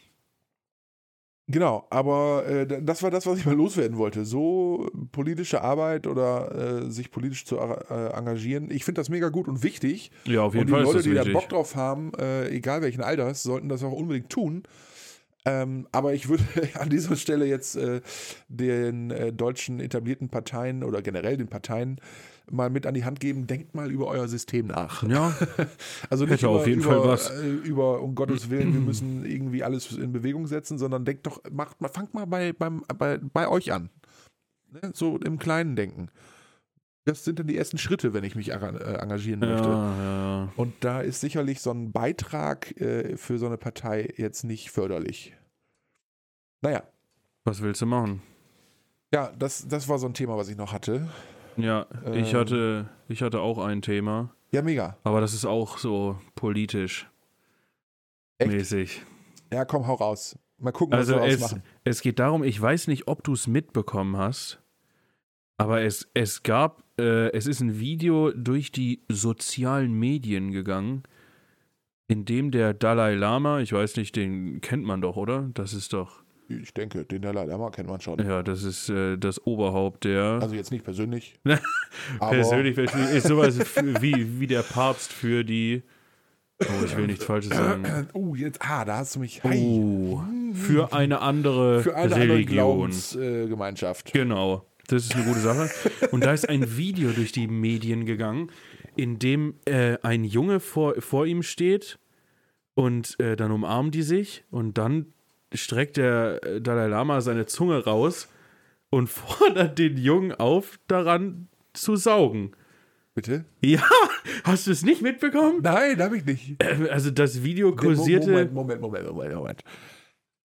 [SPEAKER 1] genau, aber äh, d- das war das, was ich mal loswerden wollte. So politische Arbeit oder äh, sich politisch zu äh, engagieren. Ich finde das mega gut und wichtig.
[SPEAKER 2] ja, auf jeden
[SPEAKER 1] und um die
[SPEAKER 2] Fall
[SPEAKER 1] Leute,
[SPEAKER 2] ist
[SPEAKER 1] die
[SPEAKER 2] das
[SPEAKER 1] da
[SPEAKER 2] wichtig.
[SPEAKER 1] Bock drauf haben, äh, egal welchen Alters, sollten das auch unbedingt tun. Ähm, aber ich würde (laughs) an dieser Stelle jetzt äh, den äh, deutschen etablierten Parteien oder generell den Parteien mal mit an die Hand geben, denkt mal über euer System nach. (laughs)
[SPEAKER 2] ja,
[SPEAKER 1] Also nicht
[SPEAKER 2] Hätte
[SPEAKER 1] über,
[SPEAKER 2] auf jeden
[SPEAKER 1] über,
[SPEAKER 2] Fall was.
[SPEAKER 1] äh, über, um Gottes Willen,
[SPEAKER 2] (clears throat)
[SPEAKER 1] wir müssen irgendwie alles in Bewegung setzen, sondern denkt doch, macht mal, fangt mal bei, beim, bei, bei euch an. Ne? So im Kleinen denken. Das sind dann die ersten Schritte, wenn ich mich ara- äh, engagieren
[SPEAKER 2] ja,
[SPEAKER 1] möchte.
[SPEAKER 2] ja.
[SPEAKER 1] Und da ist sicherlich so ein Beitrag äh, für so eine Partei jetzt nicht förderlich. Naja,
[SPEAKER 2] Was willst du machen?
[SPEAKER 1] ja, das, das war so ein Thema, was ich noch hatte.
[SPEAKER 2] Ja, ich,
[SPEAKER 1] Ähm.
[SPEAKER 2] hatte, ich hatte auch ein Thema,
[SPEAKER 1] Ja, mega.
[SPEAKER 2] aber das ist auch so politisch
[SPEAKER 1] Echt?
[SPEAKER 2] mäßig.
[SPEAKER 1] Ja, komm, hau raus. Mal gucken,
[SPEAKER 2] Also
[SPEAKER 1] was wir
[SPEAKER 2] es,
[SPEAKER 1] ausmachen.
[SPEAKER 2] es geht darum, ich weiß nicht, ob du es mitbekommen hast, aber es, es gab, äh, es ist ein Video durch die sozialen Medien gegangen, in dem der Dalai Lama, ich weiß nicht, den kennt man doch, oder? Das ist doch,
[SPEAKER 1] Ich denke, den Dalai Lama kennt man schon.
[SPEAKER 2] ja, das ist äh, das Oberhaupt der...
[SPEAKER 1] Also jetzt nicht persönlich.
[SPEAKER 2] Ne,
[SPEAKER 1] aber
[SPEAKER 2] Persönlich verstehe ich- ist sowas f- wie, wie der Papst für die. Oh, ich will nichts Falsches
[SPEAKER 1] (clears throat)
[SPEAKER 2] sagen.
[SPEAKER 1] Uh, jetzt, ah, da hast du mich. Hi.
[SPEAKER 2] Oh, für eine andere
[SPEAKER 1] Für eine andere
[SPEAKER 2] Religion.
[SPEAKER 1] Glaubensgemeinschaft.
[SPEAKER 2] Genau. Das ist eine gute Sache. Und da ist ein Video durch die Medien gegangen, in dem äh, ein Junge vor, vor ihm steht und äh, dann umarmen die sich und dann streckt der äh, Dalai Lama seine Zunge raus und (laughs) fordert den Jungen auf, daran zu saugen.
[SPEAKER 1] Bitte?
[SPEAKER 2] Ja, hast du es nicht mitbekommen?
[SPEAKER 1] Nein, habe ich nicht.
[SPEAKER 2] Also das Video
[SPEAKER 1] Moment,
[SPEAKER 2] kursierte.
[SPEAKER 1] Moment, Moment, Moment, Moment.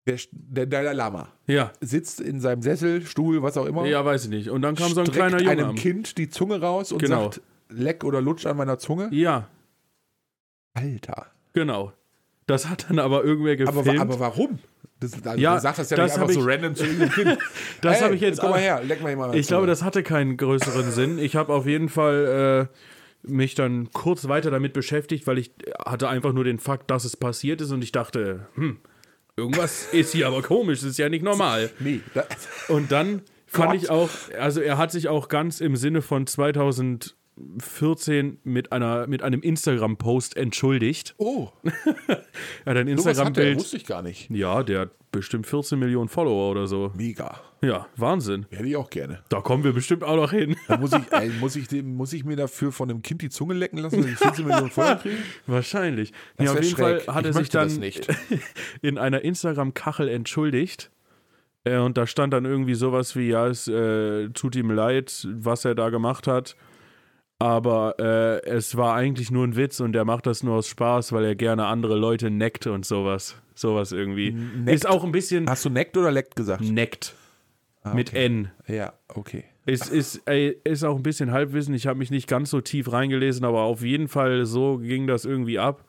[SPEAKER 1] Der, Sch- der Dalai Lama
[SPEAKER 2] Ja.
[SPEAKER 1] sitzt in seinem Sessel, Stuhl, was auch immer.
[SPEAKER 2] Ja, weiß ich nicht. Und dann kam so ein
[SPEAKER 1] streckt
[SPEAKER 2] kleiner Junge.
[SPEAKER 1] einem
[SPEAKER 2] am-
[SPEAKER 1] Kind die Zunge raus und
[SPEAKER 2] Genau.
[SPEAKER 1] sagt, leck oder lutsch an meiner Zunge.
[SPEAKER 2] Ja,
[SPEAKER 1] Alter.
[SPEAKER 2] genau. Das hat dann aber irgendwer
[SPEAKER 1] Aber,
[SPEAKER 2] gefilmt.
[SPEAKER 1] wa- aber warum? Das, also
[SPEAKER 2] Ja,
[SPEAKER 1] du sagst das ja
[SPEAKER 2] das
[SPEAKER 1] nicht einfach
[SPEAKER 2] hab
[SPEAKER 1] so
[SPEAKER 2] ich-
[SPEAKER 1] random zu irgendeinem Kind.
[SPEAKER 2] (laughs) das
[SPEAKER 1] Hey,
[SPEAKER 2] habe ich jetzt
[SPEAKER 1] Komm mal
[SPEAKER 2] auch-
[SPEAKER 1] her, leck mal jemand.
[SPEAKER 2] Ich glaube, das hatte keinen größeren Sinn. Ich habe auf jeden Fall äh, mich dann kurz weiter damit beschäftigt, weil ich hatte einfach nur den Fakt, dass es passiert ist und ich dachte, hm, irgendwas ist hier aber komisch, das ist ja nicht normal.
[SPEAKER 1] Nee, da, (laughs)
[SPEAKER 2] Und dann fand
[SPEAKER 1] Gott.
[SPEAKER 2] ich auch, also er hat sich auch ganz im Sinne von 2014 mit, einer, mit einem Instagram-Post entschuldigt.
[SPEAKER 1] oh,
[SPEAKER 2] Er hat ein
[SPEAKER 1] sowas hat der,
[SPEAKER 2] Instagram-Bild.
[SPEAKER 1] wusste ich gar nicht.
[SPEAKER 2] Ja, der hat bestimmt 14 Millionen Follower oder so.
[SPEAKER 1] Mega.
[SPEAKER 2] Ja, Wahnsinn.
[SPEAKER 1] Hätte ich auch gerne.
[SPEAKER 2] Da kommen wir bestimmt auch noch hin.
[SPEAKER 1] Da muss ich, ey, muss, ich, dem- muss ich mir dafür von einem Kind die Zunge lecken lassen,
[SPEAKER 2] (laughs)
[SPEAKER 1] dass ich 14 Millionen Follower kriege?
[SPEAKER 2] Wahrscheinlich.
[SPEAKER 1] Das
[SPEAKER 2] ja, auf
[SPEAKER 1] wär
[SPEAKER 2] jeden
[SPEAKER 1] schräg.
[SPEAKER 2] Fall hat
[SPEAKER 1] Ich
[SPEAKER 2] er sich
[SPEAKER 1] möchte das
[SPEAKER 2] dann
[SPEAKER 1] nicht.
[SPEAKER 2] (laughs) in einer Instagram-Kachel entschuldigt. Äh, Und da stand dann irgendwie sowas wie, ja, es äh, tut ihm leid, was er da gemacht hat. Aber äh, es war eigentlich nur ein Witz und er macht das nur aus Spaß, weil er gerne andere Leute neckt und sowas. Sowas irgendwie.
[SPEAKER 1] neckt?
[SPEAKER 2] Ist auch ein bisschen
[SPEAKER 1] Hast du neckt oder leckt gesagt?
[SPEAKER 2] neckt. Mit
[SPEAKER 1] Ah, okay.
[SPEAKER 2] N.
[SPEAKER 1] Ja, okay.
[SPEAKER 2] Es ist, ey, ist auch ein bisschen Halbwissen. Ich habe mich nicht ganz so tief reingelesen, aber auf jeden Fall so ging das irgendwie ab.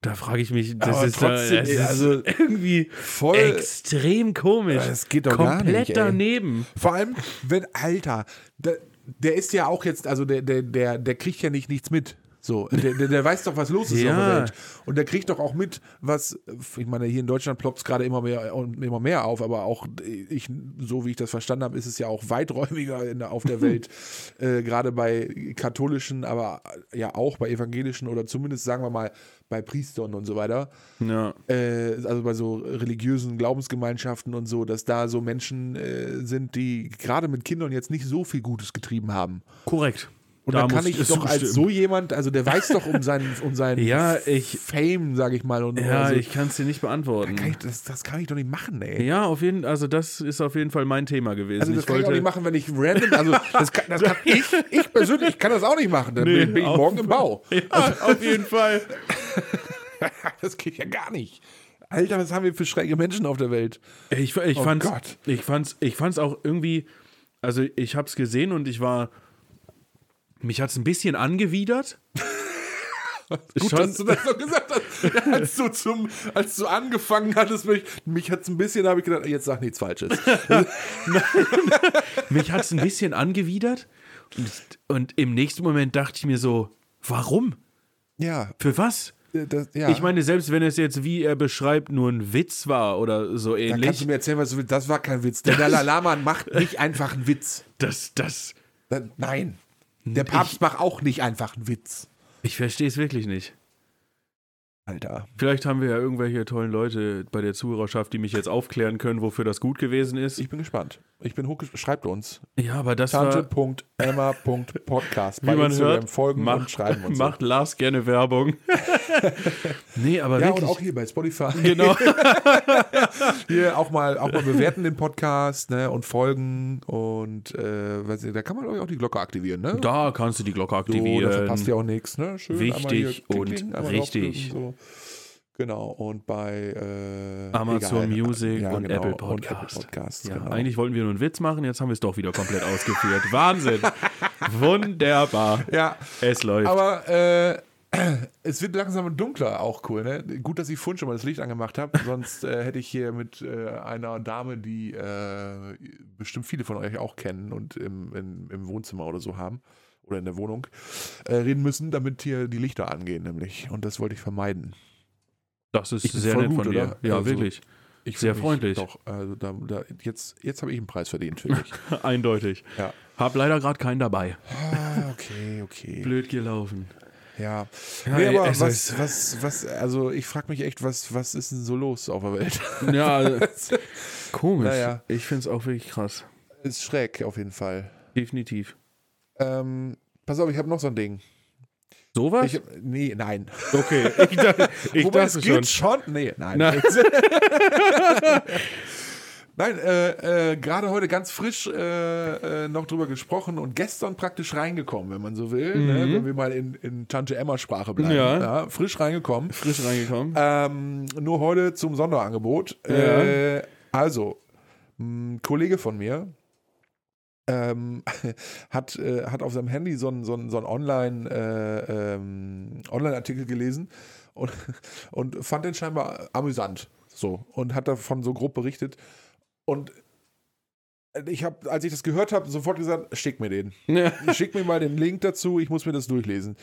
[SPEAKER 2] Da frage ich mich, das
[SPEAKER 1] Aber
[SPEAKER 2] ist,
[SPEAKER 1] trotzdem,
[SPEAKER 2] das ist
[SPEAKER 1] also,
[SPEAKER 2] irgendwie
[SPEAKER 1] voll-
[SPEAKER 2] extrem komisch.
[SPEAKER 1] Das geht doch gar
[SPEAKER 2] Komplett
[SPEAKER 1] nicht, ey.
[SPEAKER 2] daneben.
[SPEAKER 1] Vor allem, wenn, Alter, der, der ist ja auch jetzt, also der, der, der, der kriegt ja nicht nichts mit. So, der, der, der weiß doch, was los ist auf der
[SPEAKER 2] Ja.
[SPEAKER 1] Welt. Und der kriegt doch auch mit, was, ich meine, hier in Deutschland ploppt es gerade immer mehr und immer mehr auf, aber auch äh, ich, so wie ich das verstanden habe, ist es ja auch weiträumiger in, auf der Welt. äh, gerade bei katholischen, aber äh, ja auch bei evangelischen oder zumindest, sagen wir mal, bei Priestern und so weiter
[SPEAKER 2] Ja.
[SPEAKER 1] äh, also bei so religiösen Glaubensgemeinschaften und so, dass da so Menschen äh, sind, die gerade mit Kindern jetzt nicht so viel Gutes getrieben haben.
[SPEAKER 2] Korrekt.
[SPEAKER 1] Und
[SPEAKER 2] Da
[SPEAKER 1] dann kann
[SPEAKER 2] muss
[SPEAKER 1] ich
[SPEAKER 2] es
[SPEAKER 1] doch als
[SPEAKER 2] zustimmen.
[SPEAKER 1] so jemand, also der weiß doch um seinen, um seinen
[SPEAKER 2] (laughs) Ja, ich-
[SPEAKER 1] Fame, sage ich mal. Und
[SPEAKER 2] Ja,
[SPEAKER 1] also,
[SPEAKER 2] ich kann es dir nicht beantworten.
[SPEAKER 1] kann ich, das, das kann ich doch nicht machen, ey.
[SPEAKER 2] Ja, auf jeden also das ist auf jeden Fall mein Thema gewesen.
[SPEAKER 1] Also das
[SPEAKER 2] ich
[SPEAKER 1] kann ich auch
[SPEAKER 2] wollte-
[SPEAKER 1] nicht machen, wenn ich random, also das kann, das
[SPEAKER 2] (laughs)
[SPEAKER 1] kann ich, ich persönlich kann das auch nicht machen, dann bin- bin ich
[SPEAKER 2] auf-
[SPEAKER 1] morgen im Bau.
[SPEAKER 2] (laughs) Ja, auf jeden Fall.
[SPEAKER 1] (laughs) Das geht ja gar nicht. Alter, was haben wir für schräge Menschen auf der Welt?
[SPEAKER 2] Ich, ich,
[SPEAKER 1] Oh
[SPEAKER 2] fand's,
[SPEAKER 1] Gott.
[SPEAKER 2] ich, fand's, ich fand's auch irgendwie, also ich hab's gesehen und ich war, mich hat's ein bisschen angewidert.
[SPEAKER 1] (laughs) Gut,
[SPEAKER 2] Schon-
[SPEAKER 1] dass du das noch gesagt hast. (laughs) Ja, Als du, zum, als du angefangen hattest, mich, mich hat es ein bisschen, habe ich gedacht, jetzt sag nichts Falsches.
[SPEAKER 2] mich hat's ein bisschen angewidert und, und im nächsten Moment dachte ich mir so, warum?
[SPEAKER 1] Ja,
[SPEAKER 2] Für was?
[SPEAKER 1] äh, das, ja.
[SPEAKER 2] Ich meine, selbst wenn es jetzt, wie er beschreibt, nur ein Witz war oder so
[SPEAKER 1] da kannst du
[SPEAKER 2] ähnlich,
[SPEAKER 1] mir erzählen, was du willst. Das war kein Witz. Der Dalai Lama macht nicht einfach einen Witz.
[SPEAKER 2] das, das,
[SPEAKER 1] Da- Nein. Der Papst macht auch nicht einfach einen Witz.
[SPEAKER 2] ich verstehe es wirklich nicht.
[SPEAKER 1] Alter.
[SPEAKER 2] Vielleicht haben wir ja irgendwelche tollen Leute bei der Zuhörerschaft, die mich jetzt aufklären können, wofür das gut gewesen ist.
[SPEAKER 1] Ich bin gespannt. Ich bin hochgespannt. Schreibt uns.
[SPEAKER 2] Ja, aber das war,
[SPEAKER 1] Tante.emma.podcast.
[SPEAKER 2] wie
[SPEAKER 1] Bei
[SPEAKER 2] man
[SPEAKER 1] Instagram
[SPEAKER 2] hört,
[SPEAKER 1] folgen
[SPEAKER 2] macht,
[SPEAKER 1] und schreiben uns.
[SPEAKER 2] macht Lars
[SPEAKER 1] (laughs)
[SPEAKER 2] gerne Werbung. nee, aber
[SPEAKER 1] Ja, und
[SPEAKER 2] wirklich.
[SPEAKER 1] auch hier bei Spotify.
[SPEAKER 2] genau.
[SPEAKER 1] (laughs) Hier auch mal, auch mal bewerten den Podcast ne, und folgen und äh, weiß nicht, da kann man glaube ich auch die Glocke aktivieren, ne?
[SPEAKER 2] Da kannst du die Glocke
[SPEAKER 1] so, Oh, da
[SPEAKER 2] aktivieren.
[SPEAKER 1] verpasst ihr auch nichts, ne? Schön,
[SPEAKER 2] Wichtig
[SPEAKER 1] einmal hier
[SPEAKER 2] und
[SPEAKER 1] einmal
[SPEAKER 2] richtig.
[SPEAKER 1] draufdrücken, So. Genau, und bei äh,
[SPEAKER 2] Amazon
[SPEAKER 1] egal.
[SPEAKER 2] Music
[SPEAKER 1] Ja,
[SPEAKER 2] und,
[SPEAKER 1] genau,
[SPEAKER 2] Apple
[SPEAKER 1] und
[SPEAKER 2] Podcast.
[SPEAKER 1] Apple Podcasts,
[SPEAKER 2] ja,
[SPEAKER 1] genau.
[SPEAKER 2] Eigentlich wollten wir nur einen Witz machen, jetzt haben wir es doch wieder komplett ausgeführt. Wahnsinn. Wunderbar.
[SPEAKER 1] Ja,
[SPEAKER 2] Es läuft.
[SPEAKER 1] aber äh, (clears throat) es wird langsam dunkler, auch cool, ne? Gut, dass ich vorhin schon mal das Licht angemacht habe, sonst äh, hätte ich hier mit äh, einer Dame, die äh, bestimmt viele von euch auch kennen und im, im, im Wohnzimmer oder so haben oder in der Wohnung, äh, reden müssen, damit hier die Lichter angehen, nämlich. Und das wollte ich vermeiden.
[SPEAKER 2] das ist
[SPEAKER 1] ich bin
[SPEAKER 2] sehr
[SPEAKER 1] voll
[SPEAKER 2] nett
[SPEAKER 1] gut,
[SPEAKER 2] von dir.
[SPEAKER 1] oder?
[SPEAKER 2] Ja,
[SPEAKER 1] Also-
[SPEAKER 2] wirklich. (laughs)
[SPEAKER 1] Ich
[SPEAKER 2] Sehr
[SPEAKER 1] fühl mich
[SPEAKER 2] freundlich.
[SPEAKER 1] Doch, also da, da, jetzt jetzt habe ich einen Preis verdient, finde ich.
[SPEAKER 2] Eindeutig.
[SPEAKER 1] Ja.
[SPEAKER 2] Hab leider gerade keinen dabei.
[SPEAKER 1] (laughs) Ah, okay, okay.
[SPEAKER 2] Blöd gelaufen.
[SPEAKER 1] Ja.
[SPEAKER 2] Ja,
[SPEAKER 1] Nee,
[SPEAKER 2] ey,
[SPEAKER 1] aber
[SPEAKER 2] es
[SPEAKER 1] was,
[SPEAKER 2] ist-
[SPEAKER 1] was, was, also ich frage mich echt, was, was ist denn so los auf der Welt? (laughs)
[SPEAKER 2] Ja, komisch.
[SPEAKER 1] Naja.
[SPEAKER 2] Ich finde es auch wirklich krass.
[SPEAKER 1] Ist schräg auf jeden Fall.
[SPEAKER 2] Definitiv.
[SPEAKER 1] Ähm, pass auf, ich habe noch so ein Ding.
[SPEAKER 2] Sowas?
[SPEAKER 1] Ich, hab- nee, nein.
[SPEAKER 2] Okay,
[SPEAKER 3] (laughs)
[SPEAKER 2] ich, dachte- ich
[SPEAKER 1] Wobei,
[SPEAKER 2] dachte
[SPEAKER 1] es
[SPEAKER 2] schon.
[SPEAKER 1] geht schon. Nee, nein.
[SPEAKER 2] Nein.
[SPEAKER 1] (laughs) Nein, äh, äh, gerade heute ganz frisch äh, äh, noch drüber gesprochen und gestern praktisch reingekommen, wenn man so will,
[SPEAKER 2] Mhm.
[SPEAKER 1] ne? wenn wir mal in, in Tante Emma Sprache bleiben.
[SPEAKER 3] Ja.
[SPEAKER 1] Ja, frisch reingekommen.
[SPEAKER 3] Frisch reingekommen.
[SPEAKER 1] Ähm, nur heute zum Sonderangebot. Äh, also, ein Kollege von mir ähm, (laughs) hat, äh, hat auf seinem Handy so einen so einen- so einen Online, äh, ähm, Online-Artikel gelesen und, (laughs) und fand den scheinbar amüsant. So. Und hat davon so grob berichtet. Und ich habe, als ich das gehört habe, sofort gesagt, schick mir den.
[SPEAKER 3] Ja.
[SPEAKER 1] (laughs) Schick mir mal den Link dazu, ich muss mir das durchlesen.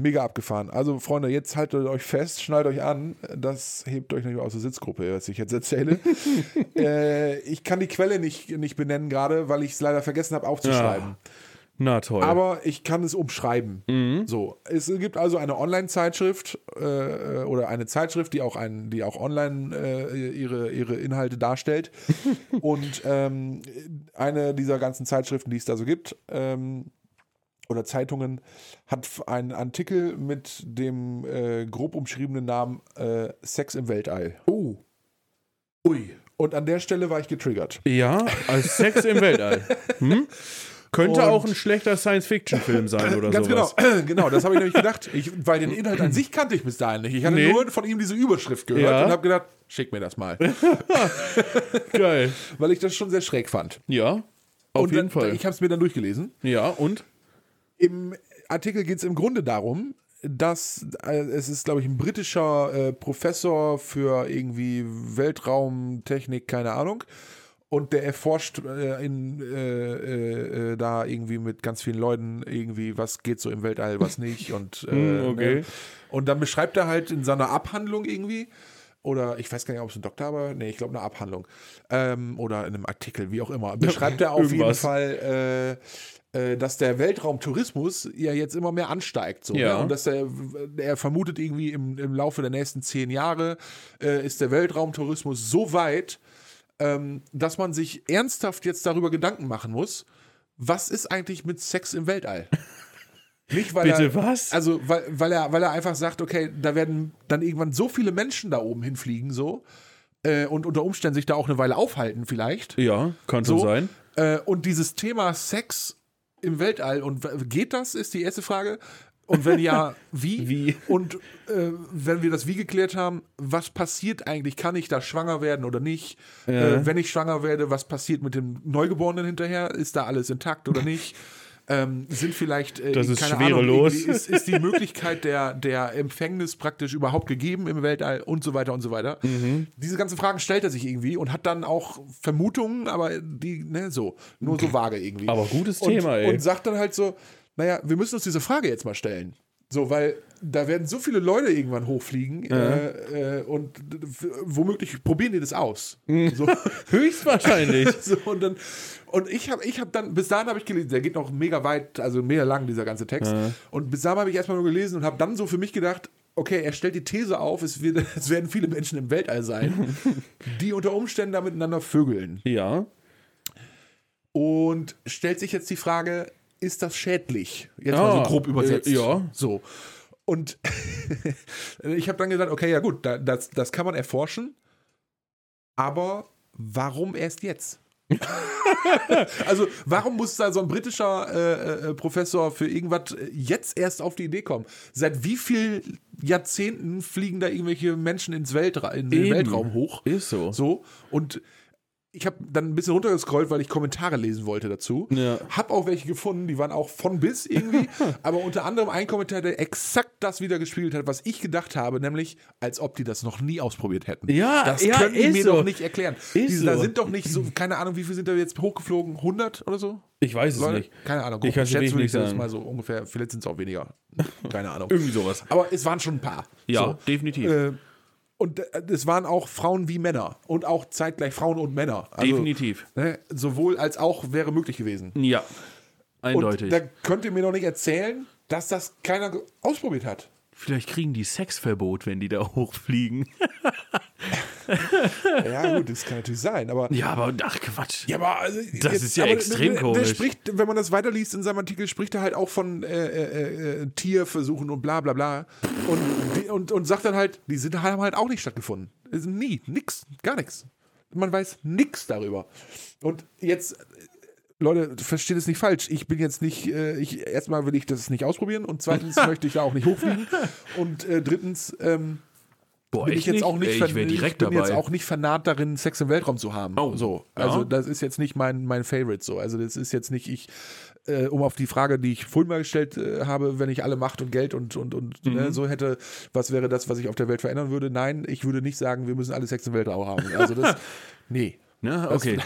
[SPEAKER 1] Mega abgefahren. Also, Freunde, jetzt haltet euch fest, schnallt euch an. Das hebt euch nicht aus der Sitzgruppe, was ich jetzt erzähle. äh, ich kann die Quelle nicht, nicht benennen gerade, weil ich es leider vergessen habe aufzuschreiben.
[SPEAKER 3] Na toll.
[SPEAKER 1] Aber ich kann es umschreiben. So, es gibt also eine Online-Zeitschrift äh, oder eine Zeitschrift, die auch, ein, die auch online äh, ihre, ihre Inhalte (laughs) darstellt. Und ähm, eine dieser ganzen Zeitschriften, die es da so gibt, ähm, oder Zeitungen, hat einen Artikel mit dem äh, grob umschriebenen Namen äh, Sex im Weltall. Oh. Ui. Und an der Stelle war ich getriggert.
[SPEAKER 3] ja, als Sex im Weltall. Hm? Könnte
[SPEAKER 1] Und-
[SPEAKER 3] auch ein schlechter Science-Fiction-Film sein oder
[SPEAKER 1] (laughs) Ganz
[SPEAKER 3] sowas.
[SPEAKER 1] genau, (clears throat) genau, das habe ich nämlich gedacht, ich, weil den Inhalt an sich kannte ich bis dahin nicht. Ich hatte
[SPEAKER 3] Nee.
[SPEAKER 1] nur von ihm diese Überschrift gehört
[SPEAKER 3] Ja.
[SPEAKER 1] und habe gedacht, schick mir
[SPEAKER 3] (laughs)
[SPEAKER 1] das mal,
[SPEAKER 3] Geil.
[SPEAKER 1] weil ich das schon sehr schräg fand.
[SPEAKER 3] Ja, auf
[SPEAKER 1] und
[SPEAKER 3] jeden
[SPEAKER 1] dann,
[SPEAKER 3] Fall.
[SPEAKER 1] Ich habe es mir dann durchgelesen.
[SPEAKER 3] ja, und?
[SPEAKER 1] Im Artikel geht es im Grunde darum, dass äh, es ist, glaube ich, ein britischer äh, Professor für irgendwie Weltraumtechnik, keine Ahnung. Und der erforscht äh, in, äh, äh, äh, da irgendwie mit ganz vielen Leuten irgendwie, was geht so im Weltall, was
[SPEAKER 3] (laughs)
[SPEAKER 1] nicht. Und, äh,
[SPEAKER 3] Hm, okay.
[SPEAKER 1] ne? und dann beschreibt er halt in seiner Abhandlung irgendwie, oder ich weiß gar nicht, ob es ein Doktor war, nee, ich glaube eine Abhandlung. Ähm, oder in einem Artikel, wie auch
[SPEAKER 3] (laughs)
[SPEAKER 1] immer. Beschreibt er auf jeden
[SPEAKER 3] Irgendwas.
[SPEAKER 1] Fall, äh, äh, dass der Weltraumtourismus ja jetzt immer mehr ansteigt. So,
[SPEAKER 3] Ja.
[SPEAKER 1] ne? Und dass er, er vermutet irgendwie im, im Laufe der nächsten zehn Jahre äh, ist der Weltraumtourismus so weit, ähm, dass man sich ernsthaft jetzt darüber Gedanken machen muss, was ist eigentlich mit Sex
[SPEAKER 3] (laughs)
[SPEAKER 1] im Weltall? Nicht, weil
[SPEAKER 3] Bitte
[SPEAKER 1] er,
[SPEAKER 3] was?
[SPEAKER 1] Also, weil, weil, er, weil er einfach sagt, okay, da werden dann irgendwann so viele Menschen da oben hinfliegen, so, äh, und unter Umständen sich da auch eine Weile aufhalten, vielleicht.
[SPEAKER 3] Ja, kann schon
[SPEAKER 1] So.
[SPEAKER 3] sein.
[SPEAKER 1] Äh, und dieses Thema Sex im Weltall und w- geht das, ist die erste Frage. Und
[SPEAKER 3] (laughs)
[SPEAKER 1] wenn ja, wie?
[SPEAKER 3] Wie?
[SPEAKER 1] Und äh, wenn wir das wie geklärt haben, was passiert eigentlich? Kann ich da schwanger werden oder nicht? Äh, wenn ich schwanger werde, was passiert mit dem Neugeborenen hinterher? Ist da alles intakt oder nicht? Ähm, sind vielleicht äh,
[SPEAKER 3] Das ist
[SPEAKER 1] keine
[SPEAKER 3] schwerelos.
[SPEAKER 1] Ahnung, irgendwie ist, ist die Möglichkeit der, der Empfängnis praktisch überhaupt gegeben im Weltall und so weiter und so weiter.
[SPEAKER 3] Mhm.
[SPEAKER 1] Diese ganzen Fragen stellt er sich irgendwie und hat dann auch Vermutungen, aber die, ne, so, nur so vage irgendwie.
[SPEAKER 3] Aber gutes
[SPEAKER 1] und,
[SPEAKER 3] Thema, ey.
[SPEAKER 1] Und sagt dann halt so, naja, wir müssen uns diese Frage jetzt mal stellen. So, weil da werden so viele Leute irgendwann hochfliegen äh, äh, und d- d- womöglich probieren die das aus.
[SPEAKER 3] Mhm.
[SPEAKER 1] So,
[SPEAKER 3] (laughs)
[SPEAKER 1] (laughs)
[SPEAKER 3] Höchstwahrscheinlich.
[SPEAKER 1] so, und dann und ich habe ich habe dann bis dahin habe ich gelesen, der geht noch mega weit, also mega lang dieser ganze Text und bis dahin habe ich erstmal nur gelesen und habe dann so für mich gedacht, okay, er stellt die These auf, es, wird, (laughs) es werden viele Menschen im Weltall sein, die unter Umständen da miteinander vögeln
[SPEAKER 3] ja.
[SPEAKER 1] und stellt sich jetzt die Frage, ist das schädlich? Jetzt
[SPEAKER 3] Ah,
[SPEAKER 1] mal so grob übersetzt.
[SPEAKER 3] äh, ja.
[SPEAKER 1] So. Und (laughs) ich habe dann gesagt, okay, ja gut, da, das, das kann man erforschen, aber warum
[SPEAKER 3] (laughs)
[SPEAKER 1] erst jetzt? also warum muss da so ein britischer äh, äh, Professor für irgendwas jetzt erst auf die Idee kommen? Seit wie vielen Jahrzehnten fliegen da irgendwelche Menschen ins Weltra in den
[SPEAKER 3] Eben.
[SPEAKER 1] Weltraum hoch?
[SPEAKER 3] Ist so.
[SPEAKER 1] So, und ich habe dann ein bisschen runtergescrollt, weil ich Kommentare lesen wollte dazu.
[SPEAKER 3] Ja.
[SPEAKER 1] Hab auch welche gefunden, die waren auch von bis
[SPEAKER 3] (laughs)
[SPEAKER 1] irgendwie. aber unter anderem ein Kommentar, der exakt das wieder gespiegelt hat, was ich gedacht habe, nämlich, als ob die das noch nie ausprobiert hätten.
[SPEAKER 3] Ja,
[SPEAKER 1] das
[SPEAKER 3] ja,
[SPEAKER 1] können die
[SPEAKER 3] ist
[SPEAKER 1] mir
[SPEAKER 3] so.
[SPEAKER 1] doch nicht erklären.
[SPEAKER 3] Ist
[SPEAKER 1] die, da
[SPEAKER 3] so.
[SPEAKER 1] sind doch nicht so, keine Ahnung, wie viel sind da jetzt hochgeflogen? 100 oder so?
[SPEAKER 3] Ich weiß es
[SPEAKER 1] Leute?
[SPEAKER 3] nicht.
[SPEAKER 1] Keine Ahnung.
[SPEAKER 3] Ich kann's dir wirklich
[SPEAKER 1] Schätz würde
[SPEAKER 3] nicht
[SPEAKER 1] ich das
[SPEAKER 3] sagen.
[SPEAKER 1] mal so ungefähr, vielleicht sind es
[SPEAKER 3] (laughs)
[SPEAKER 1] auch weniger. Keine Ahnung.
[SPEAKER 3] Irgendwie sowas.
[SPEAKER 1] Aber es waren schon ein paar.
[SPEAKER 3] Ja,
[SPEAKER 1] So.
[SPEAKER 3] definitiv.
[SPEAKER 1] Äh, und äh, es waren auch Frauen wie Männer und auch zeitgleich Frauen und Männer. Also,
[SPEAKER 3] Definitiv.
[SPEAKER 1] Ne, sowohl als auch wäre möglich gewesen.
[SPEAKER 3] Ja.
[SPEAKER 1] Und
[SPEAKER 3] Eindeutig.
[SPEAKER 1] da könnt ihr mir noch nicht erzählen, dass das keiner ge- ausprobiert hat.
[SPEAKER 3] Vielleicht kriegen die Sexverbot, wenn die da (laughs) hochfliegen.
[SPEAKER 1] Ja, gut, das kann natürlich
[SPEAKER 3] (laughs)
[SPEAKER 1] sein, aber.
[SPEAKER 3] Ja, aber ach Quatsch.
[SPEAKER 1] Ja, aber also,
[SPEAKER 3] Das ist ja extrem
[SPEAKER 1] der, Der
[SPEAKER 3] komisch.
[SPEAKER 1] spricht, wenn man das weiterliest in seinem Artikel, spricht er halt auch von äh, äh, äh, Tierversuchen und bla bla bla. Und, die, und, und sagt dann halt, die sind, haben halt auch nicht stattgefunden. Es- Nie, nix, gar nichts. man weiß nichts darüber. Und jetzt, Leute, versteht es nicht falsch. Ich bin jetzt nicht, äh, ich, erstmal will ich das nicht ausprobieren und zweitens
[SPEAKER 3] (laughs)
[SPEAKER 1] möchte ich da auch nicht hochfliegen. Und äh, drittens, ähm,
[SPEAKER 2] Boah,
[SPEAKER 1] bin
[SPEAKER 2] echt
[SPEAKER 1] ich jetzt auch nicht,
[SPEAKER 2] Ey,
[SPEAKER 1] ver-
[SPEAKER 2] ich wäre direkt
[SPEAKER 1] bin
[SPEAKER 2] dabei.
[SPEAKER 1] jetzt auch nicht vernarrt darin, Sex im Weltraum zu haben.
[SPEAKER 2] Oh,
[SPEAKER 1] so.
[SPEAKER 2] ja.
[SPEAKER 1] Also das ist jetzt nicht mein, mein Favorite so. Also das ist jetzt nicht ich, äh, um auf die Frage, die ich vorhin mal gestellt äh, habe, wenn ich alle Macht und Geld und, und, und
[SPEAKER 2] Mhm.
[SPEAKER 1] ne, so hätte, was wäre das, was ich auf der Welt verändern würde? Nein, ich würde nicht sagen, wir müssen alle Sex im Weltraum haben. Also
[SPEAKER 2] (laughs)
[SPEAKER 1] das, nee.
[SPEAKER 2] ne?
[SPEAKER 1] (laughs)
[SPEAKER 2] Okay.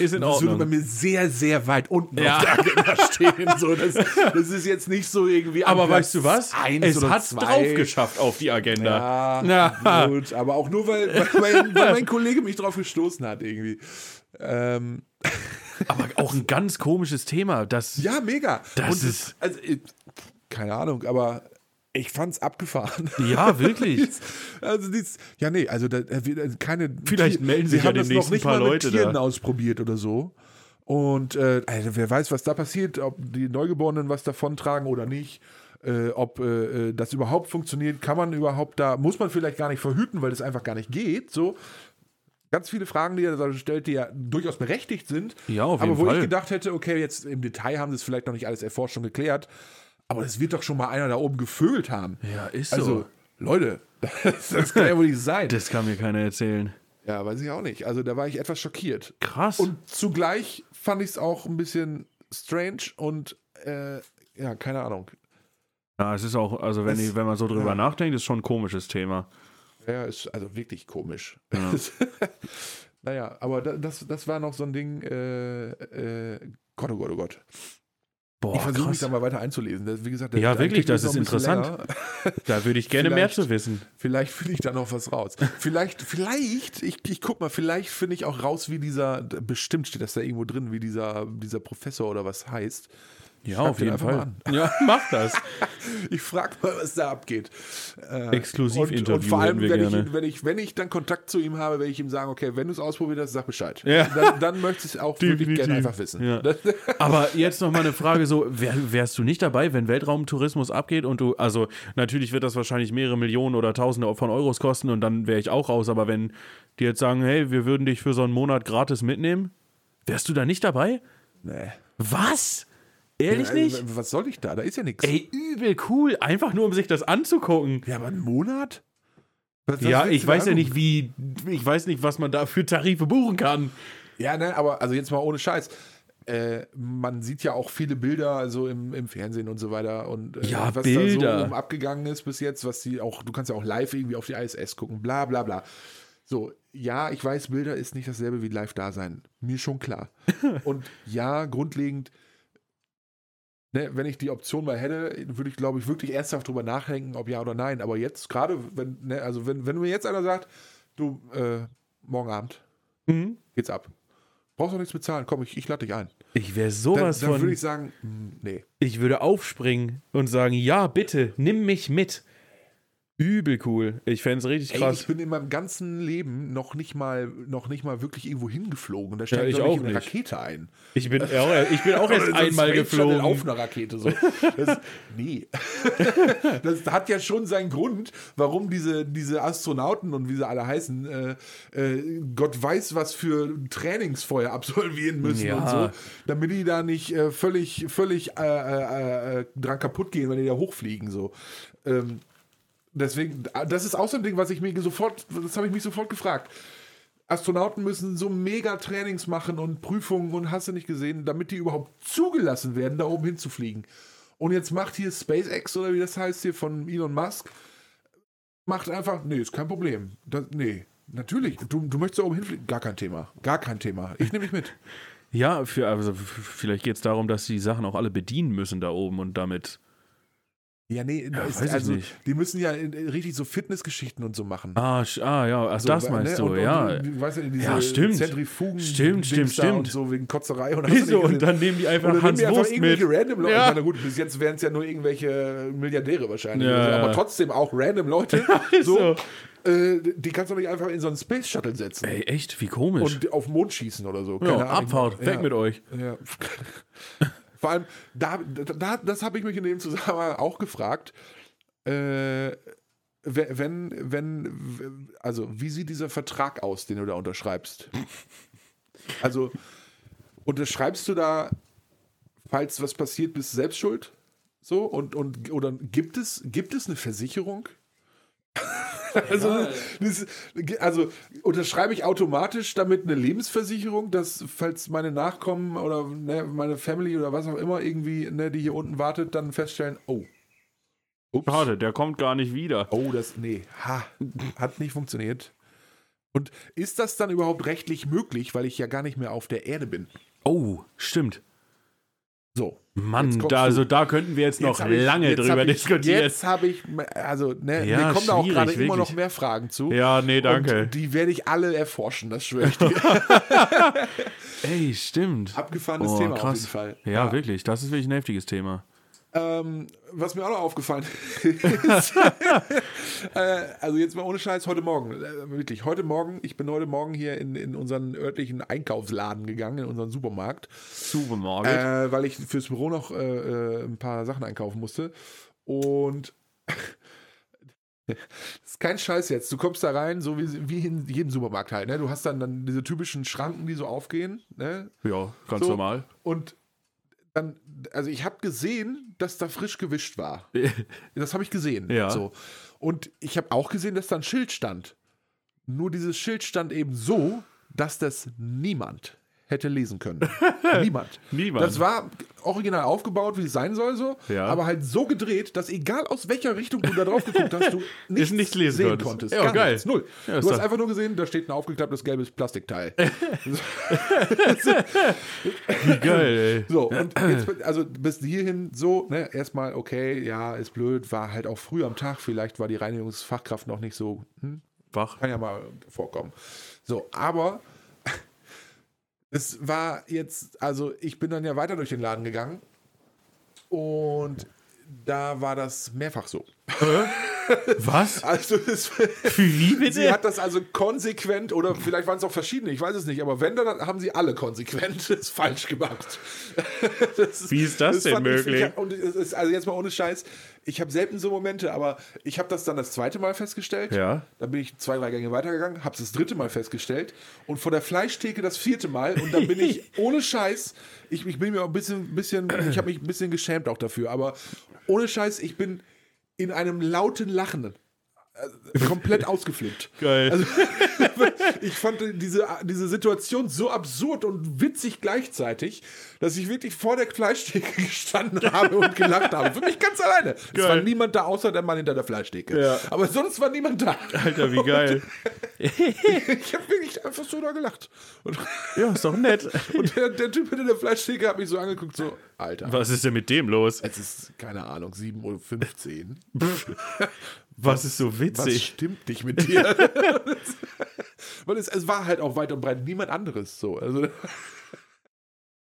[SPEAKER 2] Ist in
[SPEAKER 1] Das würde bei
[SPEAKER 2] Ordnung.
[SPEAKER 1] mir sehr, sehr weit unten
[SPEAKER 2] Ja.
[SPEAKER 1] auf der Agenda stehen. So,
[SPEAKER 2] (laughs)
[SPEAKER 1] das, das ist jetzt nicht so irgendwie. am
[SPEAKER 2] Aber
[SPEAKER 1] Platz
[SPEAKER 2] weißt du was?
[SPEAKER 1] Eins
[SPEAKER 2] Es
[SPEAKER 1] oder
[SPEAKER 2] hat's
[SPEAKER 1] zwei.
[SPEAKER 2] drauf geschafft auf die Agenda.
[SPEAKER 1] Ja,
[SPEAKER 2] Ja.
[SPEAKER 1] gut, aber auch nur, weil, weil, mein, weil mein Kollege mich drauf gestoßen hat irgendwie. Ähm,
[SPEAKER 2] Aber auch ein ganz komisches Thema. Das,
[SPEAKER 1] ja, mega.
[SPEAKER 2] Das
[SPEAKER 1] es-
[SPEAKER 2] ist-
[SPEAKER 1] also, ich- keine Ahnung, aber ich fand's abgefahren. (laughs)
[SPEAKER 2] ja, wirklich.
[SPEAKER 1] Also dies, ja, nee, also da, äh, wir- äh, keine.
[SPEAKER 2] Vielleicht
[SPEAKER 1] Tier-
[SPEAKER 2] melden sich
[SPEAKER 1] wir
[SPEAKER 2] ja
[SPEAKER 1] haben das
[SPEAKER 2] demnächst
[SPEAKER 1] noch nicht
[SPEAKER 2] ein paar
[SPEAKER 1] mal
[SPEAKER 2] Leute
[SPEAKER 1] mit Tieren
[SPEAKER 2] da.
[SPEAKER 1] ausprobiert oder so. Und äh, also wer weiß, was da passiert, ob die Neugeborenen was davon tragen oder nicht. Äh, ob äh, äh, das überhaupt funktioniert, kann man überhaupt da, muss man vielleicht gar nicht verhüten, weil das einfach gar nicht geht. So ganz viele Fragen, die er da stellt, die ja durchaus berechtigt sind.
[SPEAKER 2] Ja, auf
[SPEAKER 1] aber
[SPEAKER 2] jeden
[SPEAKER 1] wo
[SPEAKER 2] Fall.
[SPEAKER 1] ich gedacht hätte, okay, jetzt im Detail haben sie es vielleicht noch nicht alles erforscht und geklärt, aber das wird doch schon mal einer da oben gevögelt haben.
[SPEAKER 2] Ja, ist so.
[SPEAKER 1] also, Leute, (laughs) das, das kann ja wohl nicht sein.
[SPEAKER 2] Das kann mir keiner erzählen.
[SPEAKER 1] ja, weiß ich auch nicht. Also da war ich etwas schockiert.
[SPEAKER 2] Krass.
[SPEAKER 1] Und zugleich fand ich es auch ein bisschen strange und äh, ja, keine Ahnung.
[SPEAKER 2] ja, es ist auch, also wenn,
[SPEAKER 1] Das-
[SPEAKER 2] ich, wenn man so drüber nachdenkt, ist schon ein komisches Thema.
[SPEAKER 1] Ja, ist also wirklich komisch. (laughs) naja, aber da, das, das war noch so ein Ding, äh, äh, Gott, oh Gott, oh Gott.
[SPEAKER 2] Boah,
[SPEAKER 1] Ich versuche mich
[SPEAKER 2] krass.
[SPEAKER 1] da mal weiter einzulesen. Das, wie gesagt, der-
[SPEAKER 2] Ja,
[SPEAKER 1] der
[SPEAKER 2] wirklich,
[SPEAKER 1] Artikel
[SPEAKER 2] das
[SPEAKER 1] noch
[SPEAKER 2] ist
[SPEAKER 1] ein bisschen
[SPEAKER 2] interessant.
[SPEAKER 1] länger.
[SPEAKER 2] Da würde ich gerne mehr
[SPEAKER 1] Vielleicht-
[SPEAKER 2] zu wissen.
[SPEAKER 1] Vielleicht finde ich da noch was raus. Vielleicht, vielleicht, ich, ich guck mal, vielleicht finde ich auch raus, wie dieser, bestimmt steht das da irgendwo drin, wie dieser, dieser Professor oder was heißt.
[SPEAKER 2] Ja,
[SPEAKER 1] Schreib
[SPEAKER 2] auf
[SPEAKER 1] den
[SPEAKER 2] jeden
[SPEAKER 1] einfach
[SPEAKER 2] Fall.
[SPEAKER 1] mal
[SPEAKER 2] Ja, mach
[SPEAKER 1] (laughs)
[SPEAKER 2] das.
[SPEAKER 1] Ich frage mal, was da abgeht. Äh,
[SPEAKER 2] Exklusivinterview
[SPEAKER 1] Und, und vor allem,
[SPEAKER 2] hätten wir
[SPEAKER 1] wenn,
[SPEAKER 2] gerne.
[SPEAKER 1] ich, wenn, ich, wenn ich dann Kontakt zu ihm habe, werde ich ihm sagen, okay, wenn du es ausprobiert hast, sag Bescheid.
[SPEAKER 2] Ja.
[SPEAKER 1] Dann, dann möchte ich es auch wirklich gerne
[SPEAKER 2] Definitiv.
[SPEAKER 1] einfach wissen.
[SPEAKER 2] Ja. Aber jetzt noch mal eine Frage so, wär, wärst du nicht dabei, wenn Weltraumtourismus abgeht und du, also natürlich wird das wahrscheinlich mehrere Millionen oder Tausende von Euros kosten und dann wäre ich auch raus, aber wenn die jetzt sagen, hey, wir würden dich für so einen Monat gratis mitnehmen, wärst du da nicht dabei?
[SPEAKER 1] Nee.
[SPEAKER 2] Was?
[SPEAKER 1] (laughs)
[SPEAKER 2] Ehrlich
[SPEAKER 1] Also,
[SPEAKER 2] nicht?
[SPEAKER 1] Was soll ich da? Da ist ja nichts.
[SPEAKER 2] Ey, übel cool, einfach nur um sich das anzugucken.
[SPEAKER 1] Ja, aber einen Monat? Was- was
[SPEAKER 2] Ja,
[SPEAKER 1] willst du
[SPEAKER 2] ich
[SPEAKER 1] da
[SPEAKER 2] weiß ja
[SPEAKER 1] angucken?
[SPEAKER 2] nicht, wie, ich weiß nicht, was man da für Tarife buchen kann.
[SPEAKER 1] Ja, ne, aber also jetzt mal ohne Scheiß. Äh, man sieht ja auch viele Bilder, also im, im Fernsehen und so weiter. Und äh,
[SPEAKER 2] Ja,
[SPEAKER 1] was da
[SPEAKER 2] Bilder.
[SPEAKER 1] so um abgegangen ist bis jetzt, was die auch, du kannst ja auch live irgendwie auf die ISS gucken, bla bla bla. So, ja, ich weiß, Bilder ist nicht dasselbe wie live da sein. Mir schon
[SPEAKER 2] (laughs)
[SPEAKER 1] klar. Und ja, grundlegend, ne, wenn ich die Option mal hätte, würde ich, glaube ich, wirklich ernsthaft drüber nachdenken, ob ja oder nein. Aber jetzt, gerade, wenn, ne, also wenn, wenn mir jetzt einer sagt, du, äh, morgen Abend, geht's ab. Brauchst auch nichts bezahlen, komm, ich, ich lade dich ein.
[SPEAKER 2] Ich wäre
[SPEAKER 1] Dann,
[SPEAKER 2] sowas
[SPEAKER 1] dann
[SPEAKER 2] von.
[SPEAKER 1] würde ich sagen, mm, nee.
[SPEAKER 2] Ich würde aufspringen und sagen, ja, bitte, nimm mich mit. Übel cool. Ich fände es richtig
[SPEAKER 1] Ey, ich
[SPEAKER 2] krass.
[SPEAKER 1] bin in meinem ganzen Leben noch nicht mal, noch nicht mal wirklich irgendwo hingeflogen. Da steige
[SPEAKER 2] ich
[SPEAKER 1] glaub
[SPEAKER 2] auch
[SPEAKER 1] eine
[SPEAKER 2] nicht.
[SPEAKER 1] Rakete ein.
[SPEAKER 2] Ich, bin, ja, ich
[SPEAKER 1] (laughs)
[SPEAKER 2] bin auch erst
[SPEAKER 1] Oder so ein
[SPEAKER 2] einmal
[SPEAKER 1] Space Shuttle
[SPEAKER 2] geflogen.
[SPEAKER 1] Auf einer Rakete. So. Das, nee. das hat ja schon seinen Grund, warum diese, diese Astronauten und wie sie alle heißen, äh, äh, Gott weiß, was für Trainingsfeuer absolvieren müssen
[SPEAKER 2] Ja.
[SPEAKER 1] und so, damit die da nicht äh, völlig, völlig äh, äh, äh, dran kaputt gehen, wenn die da hochfliegen. So. Ähm, deswegen, das ist auch so ein Ding, was ich mir sofort, das habe ich mich sofort gefragt. Astronauten müssen so mega Trainings machen und Prüfungen und hast du nicht gesehen, damit die überhaupt zugelassen werden, da oben hinzufliegen. Und jetzt macht hier SpaceX oder wie das heißt hier von Elon Musk, macht einfach, nee, ist kein Problem. Das, nee, natürlich, du, du möchtest da oben hinfliegen. Gar kein Thema, gar kein Thema. Ich nehme dich mit.
[SPEAKER 2] Ja, für, also, f- vielleicht geht es darum, dass die Sachen auch alle bedienen müssen da oben und damit.
[SPEAKER 1] Ja, nee, da ist,
[SPEAKER 2] weiß ich
[SPEAKER 1] also,
[SPEAKER 2] nicht.
[SPEAKER 1] die müssen ja in, in richtig so Fitnessgeschichten und so machen.
[SPEAKER 2] Ah, sch- ah ja, also
[SPEAKER 1] So,
[SPEAKER 2] das
[SPEAKER 1] ne,
[SPEAKER 2] meinst
[SPEAKER 1] und,
[SPEAKER 2] du,
[SPEAKER 1] und,
[SPEAKER 2] ja.
[SPEAKER 1] die- Weißt du, diese
[SPEAKER 2] Ja, stimmt.
[SPEAKER 1] Zentrifugen,
[SPEAKER 2] Stimmt, stimmt,
[SPEAKER 1] Dings da
[SPEAKER 2] stimmt.
[SPEAKER 1] Und so wegen Kotzerei und hast du nicht
[SPEAKER 2] Wieso?
[SPEAKER 1] gesehen.
[SPEAKER 2] Und dann nehmen die einfach
[SPEAKER 1] Oder nehmen
[SPEAKER 2] Hans
[SPEAKER 1] die einfach
[SPEAKER 2] Wurst mit.
[SPEAKER 1] irgendwelche random Leute.
[SPEAKER 2] Ja.
[SPEAKER 1] Ich meine, gut, bis jetzt wären es ja nur irgendwelche Milliardäre wahrscheinlich.
[SPEAKER 2] Ja,
[SPEAKER 1] Also,
[SPEAKER 2] ja.
[SPEAKER 1] aber trotzdem auch random
[SPEAKER 2] (laughs)
[SPEAKER 1] Leute.
[SPEAKER 2] Ist
[SPEAKER 1] so, äh, die kannst du doch nicht einfach in so einen Space Shuttle setzen
[SPEAKER 2] Ey, echt, wie komisch.
[SPEAKER 1] und auf den Mond schießen oder so.
[SPEAKER 2] ja,
[SPEAKER 1] Keine Ahnung.
[SPEAKER 2] Abfahrt, weg
[SPEAKER 1] ja.
[SPEAKER 2] mit euch.
[SPEAKER 1] Ja. (laughs) Vor allem, da, da, das habe ich mich in dem Zusammenhang auch gefragt. Äh, we- wenn, wenn, also wie sieht dieser Vertrag aus, den du da unterschreibst? Also unterschreibst du da, falls was passiert, bist du selbst schuld? So und, und oder gibt es, gibt es eine Versicherung? (laughs) Also, das, also unterschreibe ich automatisch damit eine Lebensversicherung, dass falls meine Nachkommen oder ne, meine Family oder was auch immer irgendwie, ne, die hier unten wartet, dann feststellen, oh, ups,
[SPEAKER 3] Schade, der kommt gar nicht wieder.
[SPEAKER 1] Oh, das. Nee, ha, hat nicht funktioniert. Und ist das dann überhaupt rechtlich möglich, weil ich ja gar nicht mehr auf der Erde bin?
[SPEAKER 3] Oh, stimmt.
[SPEAKER 1] So. Jetzt
[SPEAKER 3] Mann,
[SPEAKER 1] kommst
[SPEAKER 3] da,
[SPEAKER 1] du.
[SPEAKER 3] also da könnten wir jetzt noch
[SPEAKER 1] hab
[SPEAKER 3] lange
[SPEAKER 1] jetzt
[SPEAKER 3] drüber
[SPEAKER 1] hab ich,
[SPEAKER 3] diskutieren.
[SPEAKER 1] Jetzt habe ich, also, ne,
[SPEAKER 3] Ja,
[SPEAKER 1] mir kommen da auch
[SPEAKER 3] schwierig,
[SPEAKER 1] gerade immer
[SPEAKER 3] wirklich.
[SPEAKER 1] noch mehr Fragen zu.
[SPEAKER 3] Ja, nee, danke.
[SPEAKER 1] Und die werde ich alle erforschen, das
[SPEAKER 3] (laughs)
[SPEAKER 1] schwöre ich dir.
[SPEAKER 3] Ey, stimmt.
[SPEAKER 1] Abgefahrenes
[SPEAKER 3] Oh,
[SPEAKER 1] Thema
[SPEAKER 3] krass.
[SPEAKER 1] auf jeden Fall.
[SPEAKER 3] Ja, wirklich. Das ist wirklich ein heftiges Thema.
[SPEAKER 1] Ähm, was mir auch
[SPEAKER 3] (laughs)
[SPEAKER 1] noch aufgefallen ist, (laughs) äh, also jetzt mal ohne Scheiß, heute Morgen, äh, wirklich, heute Morgen, ich bin heute Morgen hier in, in unseren örtlichen Einkaufsladen gegangen, in unseren Supermarkt,
[SPEAKER 3] Supermarkt.
[SPEAKER 1] äh, weil ich fürs Büro noch äh, äh, ein paar Sachen einkaufen musste. Und (laughs) das ist kein Scheiß jetzt. Du kommst da rein, so wie, wie in jedem Supermarkt halt. Ne? Du hast dann, dann diese typischen Schranken, die so aufgehen. Ne?
[SPEAKER 3] ja, ganz
[SPEAKER 1] so.
[SPEAKER 3] normal.
[SPEAKER 1] Und dann, also ich habe gesehen, dass da frisch gewischt war. Das habe ich gesehen.
[SPEAKER 3] Ja.
[SPEAKER 1] So. Und ich habe auch gesehen, dass da ein Schild stand. Nur dieses Schild stand eben so, dass das niemand hätte
[SPEAKER 3] (laughs)
[SPEAKER 1] lesen können. niemand.
[SPEAKER 3] Niemand.
[SPEAKER 1] Das war original aufgebaut, wie es sein soll, so,
[SPEAKER 3] Ja.
[SPEAKER 1] aber halt so gedreht, dass egal aus welcher Richtung du da drauf geguckt
[SPEAKER 3] (laughs)
[SPEAKER 1] hast, du nichts,
[SPEAKER 3] nichts lesen
[SPEAKER 1] sehen
[SPEAKER 3] konntest.
[SPEAKER 1] konntest.
[SPEAKER 3] Ja,
[SPEAKER 1] Gar
[SPEAKER 3] geil.
[SPEAKER 1] nichts. Null.
[SPEAKER 3] Ja, ist
[SPEAKER 1] du hast
[SPEAKER 3] doch-
[SPEAKER 1] einfach nur gesehen, da steht ein aufgeklapptes gelbes Plastikteil.
[SPEAKER 3] Wie geil,
[SPEAKER 1] (laughs) So, und jetzt, also bis hierhin so, ne, erstmal, okay, ja, ist blöd, war halt auch früh am Tag, vielleicht war die Reinigungsfachkraft noch nicht so, hm,
[SPEAKER 3] Wach.
[SPEAKER 1] kann ja mal vorkommen. So, aber (laughs) es war jetzt, also ich bin dann ja weiter durch den Laden gegangen und da war das mehrfach so.
[SPEAKER 3] Was?
[SPEAKER 1] Also (laughs) es,
[SPEAKER 3] Wie bitte?
[SPEAKER 1] sie hat das also konsequent oder vielleicht waren es auch verschiedene, ich weiß es nicht, aber wenn, dann haben sie alle konsequent (laughs) es falsch gemacht. (laughs) Das ist-
[SPEAKER 3] Wie ist das denn
[SPEAKER 1] fand ich-
[SPEAKER 3] möglich?
[SPEAKER 1] Ich, hab- und es ist, also jetzt mal ohne Scheiß, ich habe selten so Momente, aber ich habe das dann das zweite Mal festgestellt.
[SPEAKER 3] Ja.
[SPEAKER 1] Dann bin ich zwei, drei Gänge weitergegangen, habe es das dritte Mal festgestellt und vor der Fleischtheke das vierte Mal und dann
[SPEAKER 3] (laughs)
[SPEAKER 1] bin ich ohne Scheiß, ich, ich bin mir auch ein bisschen, bisschen ich habe mich ein bisschen geschämt auch dafür, aber ohne Scheiß, ich bin in einem lauten Lachen äh, komplett ausgeflippt.
[SPEAKER 3] (laughs)
[SPEAKER 1] Also,
[SPEAKER 3] Geil.
[SPEAKER 1] (laughs) Ich fand diese, diese Situation so absurd und witzig gleichzeitig, dass ich wirklich vor der Fleischtheke (laughs) gestanden habe und gelacht habe. Für mich ganz alleine. Es
[SPEAKER 3] Geil.
[SPEAKER 1] war niemand da, außer der Mann hinter der Fleischtheke.
[SPEAKER 3] Ja.
[SPEAKER 1] Aber sonst war niemand da.
[SPEAKER 3] Alter, wie geil.
[SPEAKER 1] (laughs) Ich habe wirklich einfach so da gelacht. Und,
[SPEAKER 3] Ja, ist doch nett.
[SPEAKER 1] und der, der Typ hinter der Fleischtheke hat mich so angeguckt, so, Alter.
[SPEAKER 3] Was ist denn mit dem
[SPEAKER 1] (laughs)
[SPEAKER 3] los?
[SPEAKER 1] Es ist, keine Ahnung, 7.15 Uhr.
[SPEAKER 3] Was ist so
[SPEAKER 1] Was
[SPEAKER 3] witzig?
[SPEAKER 1] stimmt nicht mit (laughs) dir? Weil es, es war halt auch weit und breit niemand anderes so. Also, (laughs)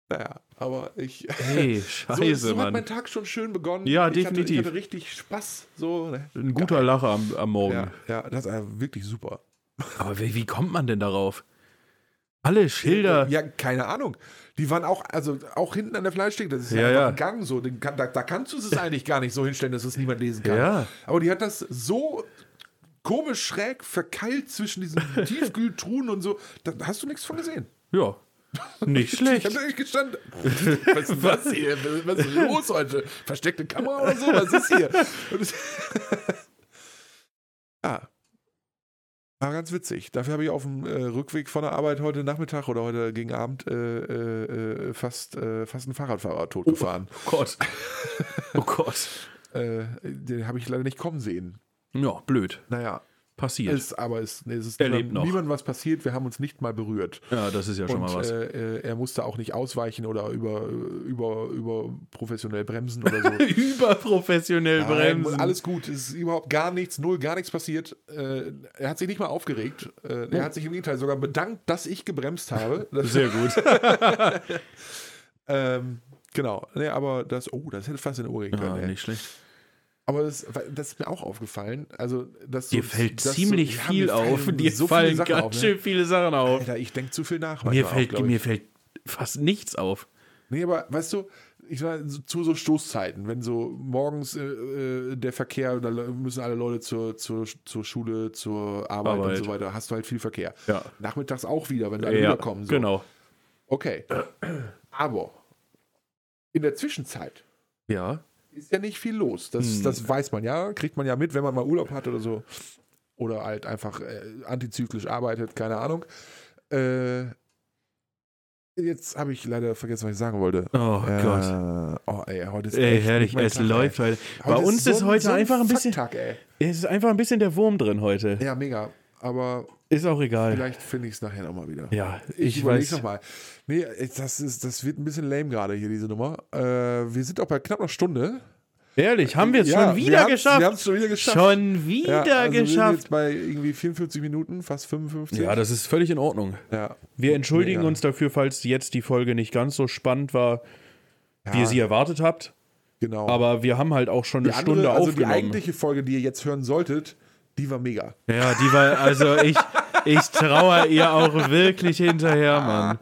[SPEAKER 1] naja, aber ich.
[SPEAKER 3] Hey,
[SPEAKER 1] so, so hat mein Tag schon schön begonnen.
[SPEAKER 3] Ja,
[SPEAKER 1] ich
[SPEAKER 3] definitiv.
[SPEAKER 1] Hatte, ich hatte richtig Spaß. So, ne?
[SPEAKER 3] Ein guter Lacher am, am Morgen.
[SPEAKER 1] ja, ja, das war wirklich super.
[SPEAKER 3] Aber wie, wie kommt man denn darauf? Alle Schilder.
[SPEAKER 1] Äh, Ja, keine Ahnung. Die waren auch, also auch hinten an der Fleischtheke, das ist ja,
[SPEAKER 3] Ja,
[SPEAKER 1] einfach
[SPEAKER 3] ja.
[SPEAKER 1] ein Gang so. Den kann- Da, da
[SPEAKER 3] (laughs)
[SPEAKER 1] kannst du es eigentlich gar nicht so hinstellen, dass es niemand lesen kann.
[SPEAKER 3] Ja.
[SPEAKER 1] Aber die hat das so komisch schräg verkeilt
[SPEAKER 3] (laughs)
[SPEAKER 1] zwischen diesen Tiefkühltruhen und so. Da hast du nichts von gesehen.
[SPEAKER 3] Ja. Nicht
[SPEAKER 1] (laughs) Ich hab
[SPEAKER 3] schlecht.
[SPEAKER 1] da nicht gestanden. (laughs) Was ist das hier? Was ist los heute? Versteckte Kamera oder so? Was ist hier? Und es- (laughs) ja. War ganz witzig. Dafür habe ich auf dem äh, Rückweg von der Arbeit heute Nachmittag oder heute gegen Abend äh, äh, äh, fast, äh, fast einen Fahrradfahrer totgefahren.
[SPEAKER 3] Oh
[SPEAKER 1] (laughs)
[SPEAKER 3] Gott. Oh Gott.
[SPEAKER 1] Äh, den habe ich leider nicht kommen sehen.
[SPEAKER 3] Ja, blöd.
[SPEAKER 1] Naja,
[SPEAKER 3] Passiert.
[SPEAKER 1] ist, aber es, nee, es ist
[SPEAKER 3] Er lebt
[SPEAKER 1] niemand,
[SPEAKER 3] noch.
[SPEAKER 1] niemandem was passiert. Wir haben uns nicht mal berührt.
[SPEAKER 3] Ja, das ist ja schon
[SPEAKER 1] und
[SPEAKER 3] mal was.
[SPEAKER 1] Äh, äh, er musste auch nicht ausweichen oder über, über, über professionell bremsen
[SPEAKER 3] (laughs)
[SPEAKER 1] oder so.
[SPEAKER 3] Überprofessionell
[SPEAKER 1] Nein, und alles gut, es ist überhaupt gar nichts, null, gar nichts passiert. Äh, er hat sich nicht mal aufgeregt. Äh, er hat sich im Gegenteil sogar bedankt, dass ich
[SPEAKER 3] (laughs)
[SPEAKER 1] gebremst habe. Das,
[SPEAKER 3] Sehr gut.
[SPEAKER 1] ähm, genau. Nee, aber das, oh, das hätte fast in den Ohr gehen können.
[SPEAKER 3] Ja,
[SPEAKER 1] ey.
[SPEAKER 3] Ah, nicht schlecht.
[SPEAKER 1] Aber das, das ist mir auch aufgefallen. Also, dass so,
[SPEAKER 3] Dir fällt
[SPEAKER 1] dass
[SPEAKER 3] ziemlich
[SPEAKER 1] so, ja,
[SPEAKER 3] viel
[SPEAKER 1] mir
[SPEAKER 3] auf.
[SPEAKER 1] fallen
[SPEAKER 3] Dir
[SPEAKER 1] so viele
[SPEAKER 3] fallen
[SPEAKER 1] Sachen
[SPEAKER 3] ganz
[SPEAKER 1] auf, ne?
[SPEAKER 3] schön viele Sachen auf.
[SPEAKER 1] Alter, ich denke zu viel nach.
[SPEAKER 3] Mir
[SPEAKER 1] manchmal auch,
[SPEAKER 3] fällt,
[SPEAKER 1] glaub ich.
[SPEAKER 3] mir fällt fast nichts auf.
[SPEAKER 1] Nee, aber weißt du, ich sag, mal, so- zu so Stoßzeiten, wenn so morgens äh, äh, der Verkehr, da le- müssen alle Leute zur, zur, zur Schule, zur Arbeit, und
[SPEAKER 2] Arbeit.
[SPEAKER 1] so weiter, hast du halt viel Verkehr.
[SPEAKER 2] Ja.
[SPEAKER 1] Nachmittags auch wieder, wenn alle wiederkommen. So.
[SPEAKER 2] genau.
[SPEAKER 1] Okay. (clears throat) Aber in der Zwischenzeit
[SPEAKER 2] Ja.
[SPEAKER 1] ist ja nicht viel los. Das,
[SPEAKER 2] Hm.
[SPEAKER 1] das weiß man ja, kriegt man ja mit, wenn man mal Urlaub hat oder so. Oder halt einfach äh, antizyklisch arbeitet, keine Ahnung. Äh, jetzt habe ich leider vergessen, was ich sagen wollte.
[SPEAKER 3] Oh
[SPEAKER 1] äh,
[SPEAKER 3] Gott.
[SPEAKER 1] Oh, ey, heute ist
[SPEAKER 3] Ey,
[SPEAKER 1] echt
[SPEAKER 3] herrlich,
[SPEAKER 1] nicht mein
[SPEAKER 3] es
[SPEAKER 1] Tag,
[SPEAKER 3] läuft
[SPEAKER 1] Ey.
[SPEAKER 3] heute. Bei uns ist
[SPEAKER 1] so ein-
[SPEAKER 3] heute
[SPEAKER 1] so
[SPEAKER 3] einfach ein bisschen.
[SPEAKER 1] Tag, ey.
[SPEAKER 2] Es ist einfach ein bisschen der Wurm drin heute.
[SPEAKER 1] Ja, mega. Aber
[SPEAKER 2] Ist auch egal.
[SPEAKER 1] vielleicht finde ich es nachher nochmal wieder.
[SPEAKER 2] Ja,
[SPEAKER 1] Ich,
[SPEAKER 2] ich,
[SPEAKER 1] überlege
[SPEAKER 2] weiß.
[SPEAKER 1] nochmal. Nee, das, ist, das wird ein bisschen lame gerade hier, diese Nummer. Äh, wir sind auch bei knapp einer Stunde.
[SPEAKER 2] Ehrlich, haben wir es schon wieder
[SPEAKER 1] haben's-
[SPEAKER 2] geschafft.
[SPEAKER 1] Wir haben es schon wieder geschafft.
[SPEAKER 3] Schon wieder
[SPEAKER 1] Ja, also Wir sind
[SPEAKER 3] geschafft.
[SPEAKER 1] jetzt bei irgendwie 54 Minuten, fast 55.
[SPEAKER 2] Ja, das ist völlig in Ordnung.
[SPEAKER 1] Ja.
[SPEAKER 2] Wir entschuldigen
[SPEAKER 1] Mega.
[SPEAKER 2] uns dafür, falls jetzt die Folge nicht ganz so spannend war, wie
[SPEAKER 1] Ja.
[SPEAKER 2] ihr sie erwartet habt.
[SPEAKER 1] Genau.
[SPEAKER 2] Aber wir haben halt auch schon
[SPEAKER 1] die
[SPEAKER 2] eine
[SPEAKER 1] andere,
[SPEAKER 2] Stunde
[SPEAKER 1] also die
[SPEAKER 2] aufgenommen.
[SPEAKER 1] eigentliche Folge, die ihr jetzt hören solltet, die war mega.
[SPEAKER 3] Ja, die war, also ich, ich trauere ihr auch wirklich hinterher, Mann.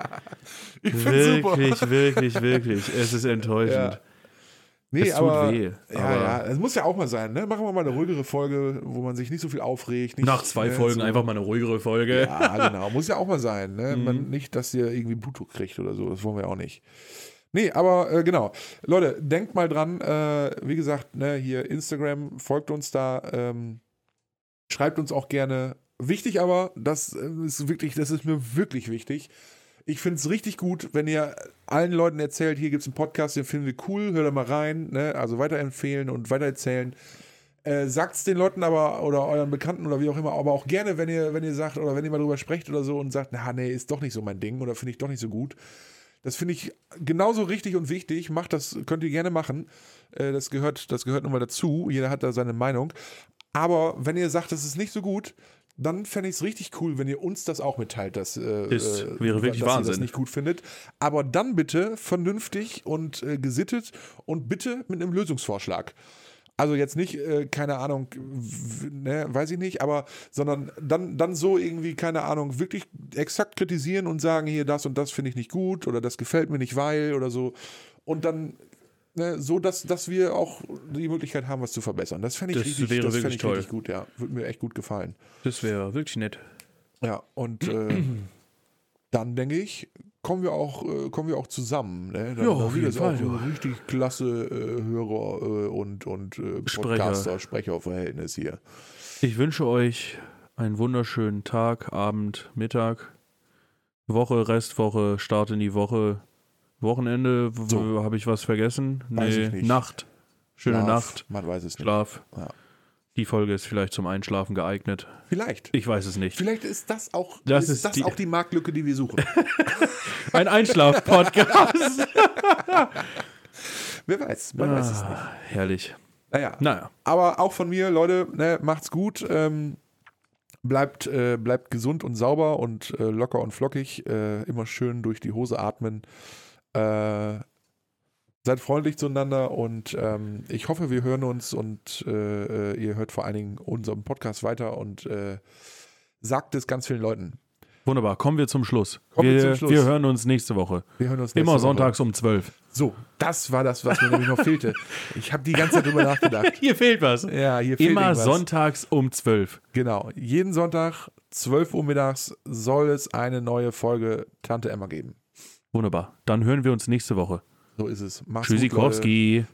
[SPEAKER 1] Ich
[SPEAKER 3] Wirklich, wirklich, wirklich. Es ist enttäuschend.
[SPEAKER 1] Nee,
[SPEAKER 3] Es tut
[SPEAKER 1] aber,
[SPEAKER 3] weh,
[SPEAKER 1] Ja,
[SPEAKER 3] aber-
[SPEAKER 1] ja, es muss ja auch mal sein, ne? Machen wir mal eine ruhigere Folge, wo man sich nicht so viel aufregt. Nicht,
[SPEAKER 3] Nach zwei
[SPEAKER 1] ne,
[SPEAKER 3] Folgen
[SPEAKER 1] so.
[SPEAKER 3] einfach mal eine ruhigere Folge.
[SPEAKER 1] Ja, (laughs) genau. Muss ja auch mal sein, ne? Man, nicht, dass ihr irgendwie Blutdruck kriegt oder so. Das wollen wir auch nicht. Nee, aber äh, genau. Leute, denkt mal dran, äh, wie gesagt, ne, hier Instagram, folgt uns da, ähm, schreibt uns auch gerne. Wichtig aber, das äh, ist wirklich, das ist mir wirklich wichtig. Ich finde es richtig gut, wenn ihr allen Leuten erzählt, hier gibt es einen Podcast, den finden wir cool, hört da mal rein, ne? also weiterempfehlen und weitererzählen. Äh, sagt's den Leuten aber oder euren Bekannten oder wie auch immer, aber auch gerne, wenn ihr, wenn ihr sagt oder wenn ihr mal drüber sprecht oder so und sagt, na, nee, ist doch nicht so mein Ding oder finde ich doch nicht so gut. Das finde ich genauso richtig und wichtig. Macht das, könnt ihr gerne machen. Äh, das gehört, das gehört nun mal dazu. Jeder hat da seine Meinung. Aber wenn ihr sagt, das ist nicht so gut, dann fände ich es richtig cool, wenn ihr uns das auch mitteilt, dass, äh,
[SPEAKER 3] Ist-
[SPEAKER 1] äh,
[SPEAKER 3] wäre wirklich
[SPEAKER 1] dass ihr das
[SPEAKER 3] Wahnsinn.
[SPEAKER 1] nicht gut findet. Aber dann bitte vernünftig und äh, gesittet und bitte mit einem Lösungsvorschlag. Also jetzt nicht, äh, keine Ahnung, w- ne, weiß ich nicht, aber sondern dann, dann so irgendwie, keine Ahnung, wirklich exakt kritisieren und sagen, hier das und das finde ich nicht gut oder das gefällt mir nicht, weil oder so. Und dann ne, so, dass, dass wir auch die Möglichkeit haben, was zu verbessern. Das fände ich,
[SPEAKER 2] Das
[SPEAKER 1] richtig,
[SPEAKER 2] wäre
[SPEAKER 1] das fänd
[SPEAKER 2] wirklich
[SPEAKER 1] ich
[SPEAKER 2] toll.
[SPEAKER 1] richtig gut, ja. Würde mir echt gut gefallen.
[SPEAKER 2] Das wäre wirklich nett.
[SPEAKER 1] Ja, und äh, dann denke ich, kommen wir auch, äh, kommen wir auch zusammen. Ne? Dann,
[SPEAKER 2] Ja,
[SPEAKER 1] dann
[SPEAKER 2] auf
[SPEAKER 1] wird
[SPEAKER 2] jeden
[SPEAKER 1] das
[SPEAKER 2] Fall,
[SPEAKER 1] Auch ein richtig klasse äh, Hörer äh, und, und äh, Podcaster, Sprecherverhältnis hier.
[SPEAKER 3] Ich wünsche euch einen wunderschönen Tag, Abend, Mittag, Woche, Restwoche, Start in die Woche, Wochenende.
[SPEAKER 1] So.
[SPEAKER 3] Habe ich was vergessen?
[SPEAKER 1] Weiß ich nicht.
[SPEAKER 3] Nacht. Schöne
[SPEAKER 1] Schlaf,
[SPEAKER 3] Nacht,
[SPEAKER 1] Man weiß es nicht.
[SPEAKER 3] Schlaf.
[SPEAKER 1] Ja.
[SPEAKER 3] Die Folge ist vielleicht zum Einschlafen geeignet.
[SPEAKER 1] Vielleicht.
[SPEAKER 3] Ich weiß es nicht.
[SPEAKER 1] Vielleicht ist das auch
[SPEAKER 3] Das
[SPEAKER 1] ist
[SPEAKER 3] ist
[SPEAKER 1] das
[SPEAKER 3] die-
[SPEAKER 1] auch die Marktlücke, die wir
[SPEAKER 3] (laughs)
[SPEAKER 1] suchen.
[SPEAKER 3] Ein
[SPEAKER 1] (laughs)
[SPEAKER 3] Einschlaf-Podcast.
[SPEAKER 1] Wer weiß, man weiß es nicht.
[SPEAKER 3] ah, herrlich.
[SPEAKER 1] Naja.
[SPEAKER 3] Naja.
[SPEAKER 1] Aber auch von mir, Leute, ne, macht's gut. Ähm, bleibt, äh, bleibt gesund und sauber und äh, locker und flockig. Äh, immer schön durch die Hose atmen. Äh, seid freundlich zueinander und ähm, ich hoffe, wir hören uns und äh, äh, ihr hört vor allen Dingen unseren Podcast weiter und äh, sagt es ganz vielen Leuten.
[SPEAKER 3] Wunderbar. Kommen wir zum Schluss.
[SPEAKER 1] Kommen wir
[SPEAKER 3] wir,
[SPEAKER 1] zum Schluss.
[SPEAKER 3] wir hören uns nächste Woche.
[SPEAKER 1] Wir hören uns nächste
[SPEAKER 3] Immer
[SPEAKER 1] Woche.
[SPEAKER 3] sonntags um 12.
[SPEAKER 1] So, das war das, was mir nämlich noch fehlte. Ich habe die ganze Zeit
[SPEAKER 3] (laughs)
[SPEAKER 1] drüber nachgedacht.
[SPEAKER 3] Hier fehlt was.
[SPEAKER 1] Ja, hier fehlt
[SPEAKER 3] Immer
[SPEAKER 1] irgendwas.
[SPEAKER 3] sonntags um 12.
[SPEAKER 1] Genau. Jeden Sonntag, 12 Uhr mittags, soll es eine neue Folge Tante Emma geben.
[SPEAKER 3] Wunderbar. Dann hören wir uns nächste Woche.
[SPEAKER 1] So ist es. Mach's gut, Leute.
[SPEAKER 3] Tschüssikowski.